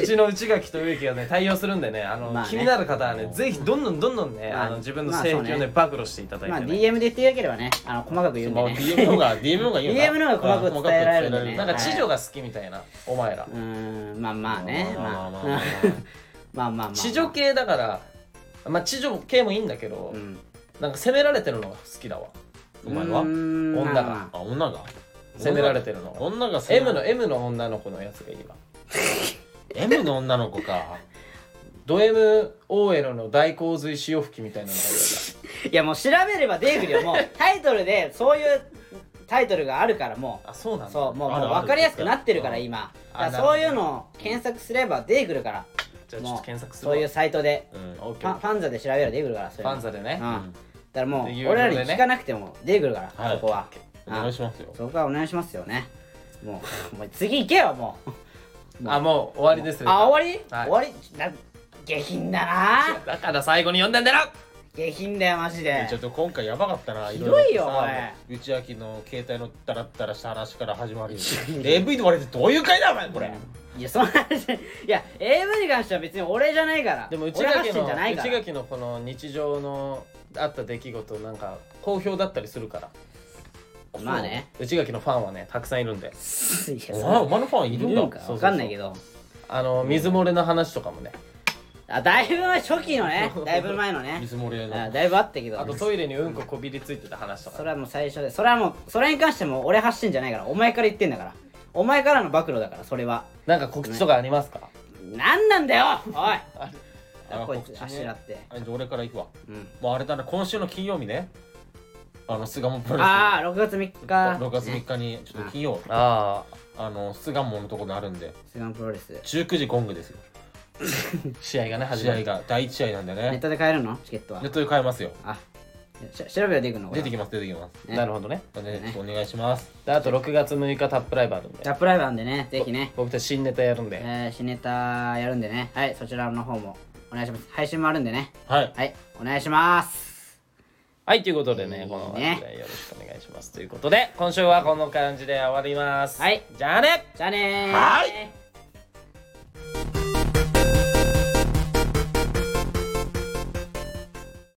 [SPEAKER 1] う
[SPEAKER 3] ちの内垣と植木がね対応するんでねあの、
[SPEAKER 1] まあね
[SPEAKER 3] 気になる方はねぜひどんどんどんどんね、
[SPEAKER 1] まあ
[SPEAKER 3] あ、の自分の
[SPEAKER 1] まあ
[SPEAKER 3] 性
[SPEAKER 1] そうね
[SPEAKER 3] 癖をね暴露していただい
[SPEAKER 1] まあ
[SPEAKER 3] て、ね
[SPEAKER 1] DM で言っていただければねあの細かく言うん
[SPEAKER 2] ま
[SPEAKER 1] で
[SPEAKER 2] あ
[SPEAKER 1] ね
[SPEAKER 2] DM の方が DM の方がいいよな
[SPEAKER 1] DM の方が細かく伝えられるんでね
[SPEAKER 2] うん
[SPEAKER 3] なん
[SPEAKER 2] 細
[SPEAKER 3] か
[SPEAKER 2] かく伝えられる
[SPEAKER 3] 知女が好きみたいなお前ら
[SPEAKER 1] うーんまあまあねま
[SPEAKER 2] ま
[SPEAKER 1] あま
[SPEAKER 2] あま
[SPEAKER 1] あ
[SPEAKER 2] あ
[SPEAKER 1] <laughs> ま
[SPEAKER 2] まあま
[SPEAKER 1] あ
[SPEAKER 2] あ
[SPEAKER 1] まあまあ
[SPEAKER 3] 知女系だからまあ知女系もいいんだけど、
[SPEAKER 1] うん
[SPEAKER 3] なんか責められてるのが好きだわ
[SPEAKER 2] お前は
[SPEAKER 1] うーん
[SPEAKER 3] 女が
[SPEAKER 1] まあまあ
[SPEAKER 2] あ女が
[SPEAKER 3] 責められてるのが
[SPEAKER 2] 女が攻め
[SPEAKER 3] M の M の女の子のやつがいいわ
[SPEAKER 2] M の女の子か
[SPEAKER 3] ド MOL の大洪水潮吹きみたいなのがいいわ
[SPEAKER 1] いやもう調べれば出てくるよもうタイトルでそういうタイトルがあるからも
[SPEAKER 3] あそうな
[SPEAKER 1] うん
[SPEAKER 3] だ
[SPEAKER 1] そうもう
[SPEAKER 2] あ
[SPEAKER 1] も
[SPEAKER 2] る
[SPEAKER 1] う
[SPEAKER 2] ある
[SPEAKER 1] 分かりやすくなってるから
[SPEAKER 2] うん
[SPEAKER 1] 今
[SPEAKER 3] あ
[SPEAKER 1] だから
[SPEAKER 3] なる
[SPEAKER 1] そ
[SPEAKER 3] ほど
[SPEAKER 1] ういうのを検索すれば出てくるから
[SPEAKER 3] じゃあちょっ
[SPEAKER 1] も
[SPEAKER 3] と
[SPEAKER 1] う
[SPEAKER 3] 検索する
[SPEAKER 1] そういうサイトで
[SPEAKER 2] うん
[SPEAKER 3] オッ
[SPEAKER 1] フ
[SPEAKER 3] ケ
[SPEAKER 1] ァン
[SPEAKER 3] ー
[SPEAKER 1] ファンザで調べれば出てくるからそうい
[SPEAKER 3] フ
[SPEAKER 1] うの
[SPEAKER 3] ァンザで
[SPEAKER 1] う
[SPEAKER 3] ね
[SPEAKER 1] んだからもう
[SPEAKER 3] っていうので
[SPEAKER 1] 俺
[SPEAKER 3] ね
[SPEAKER 1] らに聞かなくても出てくるから
[SPEAKER 2] はい
[SPEAKER 1] そこは
[SPEAKER 2] お願いしますよ
[SPEAKER 1] そこはお願いしますよねもうもう次行けよもう
[SPEAKER 3] あもう終わりですよ
[SPEAKER 1] あ終わり
[SPEAKER 3] はい
[SPEAKER 1] 終わりな下品だな
[SPEAKER 3] だから最後に読んだんだろ
[SPEAKER 1] 下品だよマジで
[SPEAKER 2] ちょっと今回やばかったな
[SPEAKER 1] ひ
[SPEAKER 2] い
[SPEAKER 1] どいよ
[SPEAKER 2] ろろとさ内秋の携帯のダラッダラした話から始まり AV の割れてどういう回だお前これ
[SPEAKER 1] いやそんな話いや AV に関しては別に俺じゃないから
[SPEAKER 3] でも内
[SPEAKER 1] 俺発
[SPEAKER 3] 垣
[SPEAKER 1] 信
[SPEAKER 3] の
[SPEAKER 1] じゃないか
[SPEAKER 3] 内
[SPEAKER 1] ら
[SPEAKER 3] 垣のこの日常のあった出来事なんか好評だったりするから
[SPEAKER 1] まあね
[SPEAKER 3] 内垣のファンはねたくさんいるんで
[SPEAKER 1] いや
[SPEAKER 2] お
[SPEAKER 1] そ
[SPEAKER 2] 前お
[SPEAKER 1] う
[SPEAKER 2] 前のファンい
[SPEAKER 1] い
[SPEAKER 2] る
[SPEAKER 1] る
[SPEAKER 2] ん
[SPEAKER 1] のか
[SPEAKER 2] だそうそうそう
[SPEAKER 1] 分かんないけど
[SPEAKER 3] あの水漏れの話とかもね
[SPEAKER 1] あだいぶ前初期の
[SPEAKER 2] <laughs>
[SPEAKER 1] ねだいぶ前のね
[SPEAKER 2] 水漏れ
[SPEAKER 1] あ
[SPEAKER 2] の
[SPEAKER 1] だいぶあったけど
[SPEAKER 3] あとトイレにうんここびりついてた話とか
[SPEAKER 1] それはもう最初でそれはもうそれに関しても俺発信じゃないからお前から言ってんだからお前からの暴露だからそれは
[SPEAKER 3] なんか告知とかありますか
[SPEAKER 1] なんなんだよ
[SPEAKER 2] <laughs>
[SPEAKER 1] おい
[SPEAKER 2] あ
[SPEAKER 1] こい
[SPEAKER 2] 告知
[SPEAKER 1] つ
[SPEAKER 2] ね
[SPEAKER 1] あしらって
[SPEAKER 2] あじゃあ俺から行くわ
[SPEAKER 1] うん
[SPEAKER 2] もうあれだな今週の金曜日ねあの巣鴨プロレス
[SPEAKER 1] ああ6月3日
[SPEAKER 2] 6月3日にちょっと金曜
[SPEAKER 3] あ
[SPEAKER 2] あの巣鴨のところにあるんで
[SPEAKER 1] スガンプロレス
[SPEAKER 2] 19時ゴングですよ
[SPEAKER 3] あ試合がね始
[SPEAKER 2] 試
[SPEAKER 3] ま
[SPEAKER 2] 合
[SPEAKER 3] り
[SPEAKER 2] が第1試合なんで
[SPEAKER 1] ネッ
[SPEAKER 2] ね
[SPEAKER 1] トで買えるのチケットは
[SPEAKER 2] ネットで買えますよ
[SPEAKER 1] あし調べは出てくるのこれ
[SPEAKER 2] 出てきます出てきます
[SPEAKER 1] ね
[SPEAKER 3] なるほどね
[SPEAKER 2] なんでちょっとお願いします
[SPEAKER 3] であと6月6日タップライブあるんで
[SPEAKER 1] ラップライブなんでねぜひね
[SPEAKER 3] 僕たち新ネタやるんで
[SPEAKER 1] えー、新ネタやるんでねはいそちらの方もお願いします配信もあるんでね
[SPEAKER 2] はい
[SPEAKER 1] はいお願いします
[SPEAKER 3] はいということでね
[SPEAKER 1] いいね
[SPEAKER 3] この話題よろしくお願いしますということで今週はこの感じで終わります
[SPEAKER 1] はい
[SPEAKER 3] じゃあね
[SPEAKER 1] じゃあねー
[SPEAKER 2] はい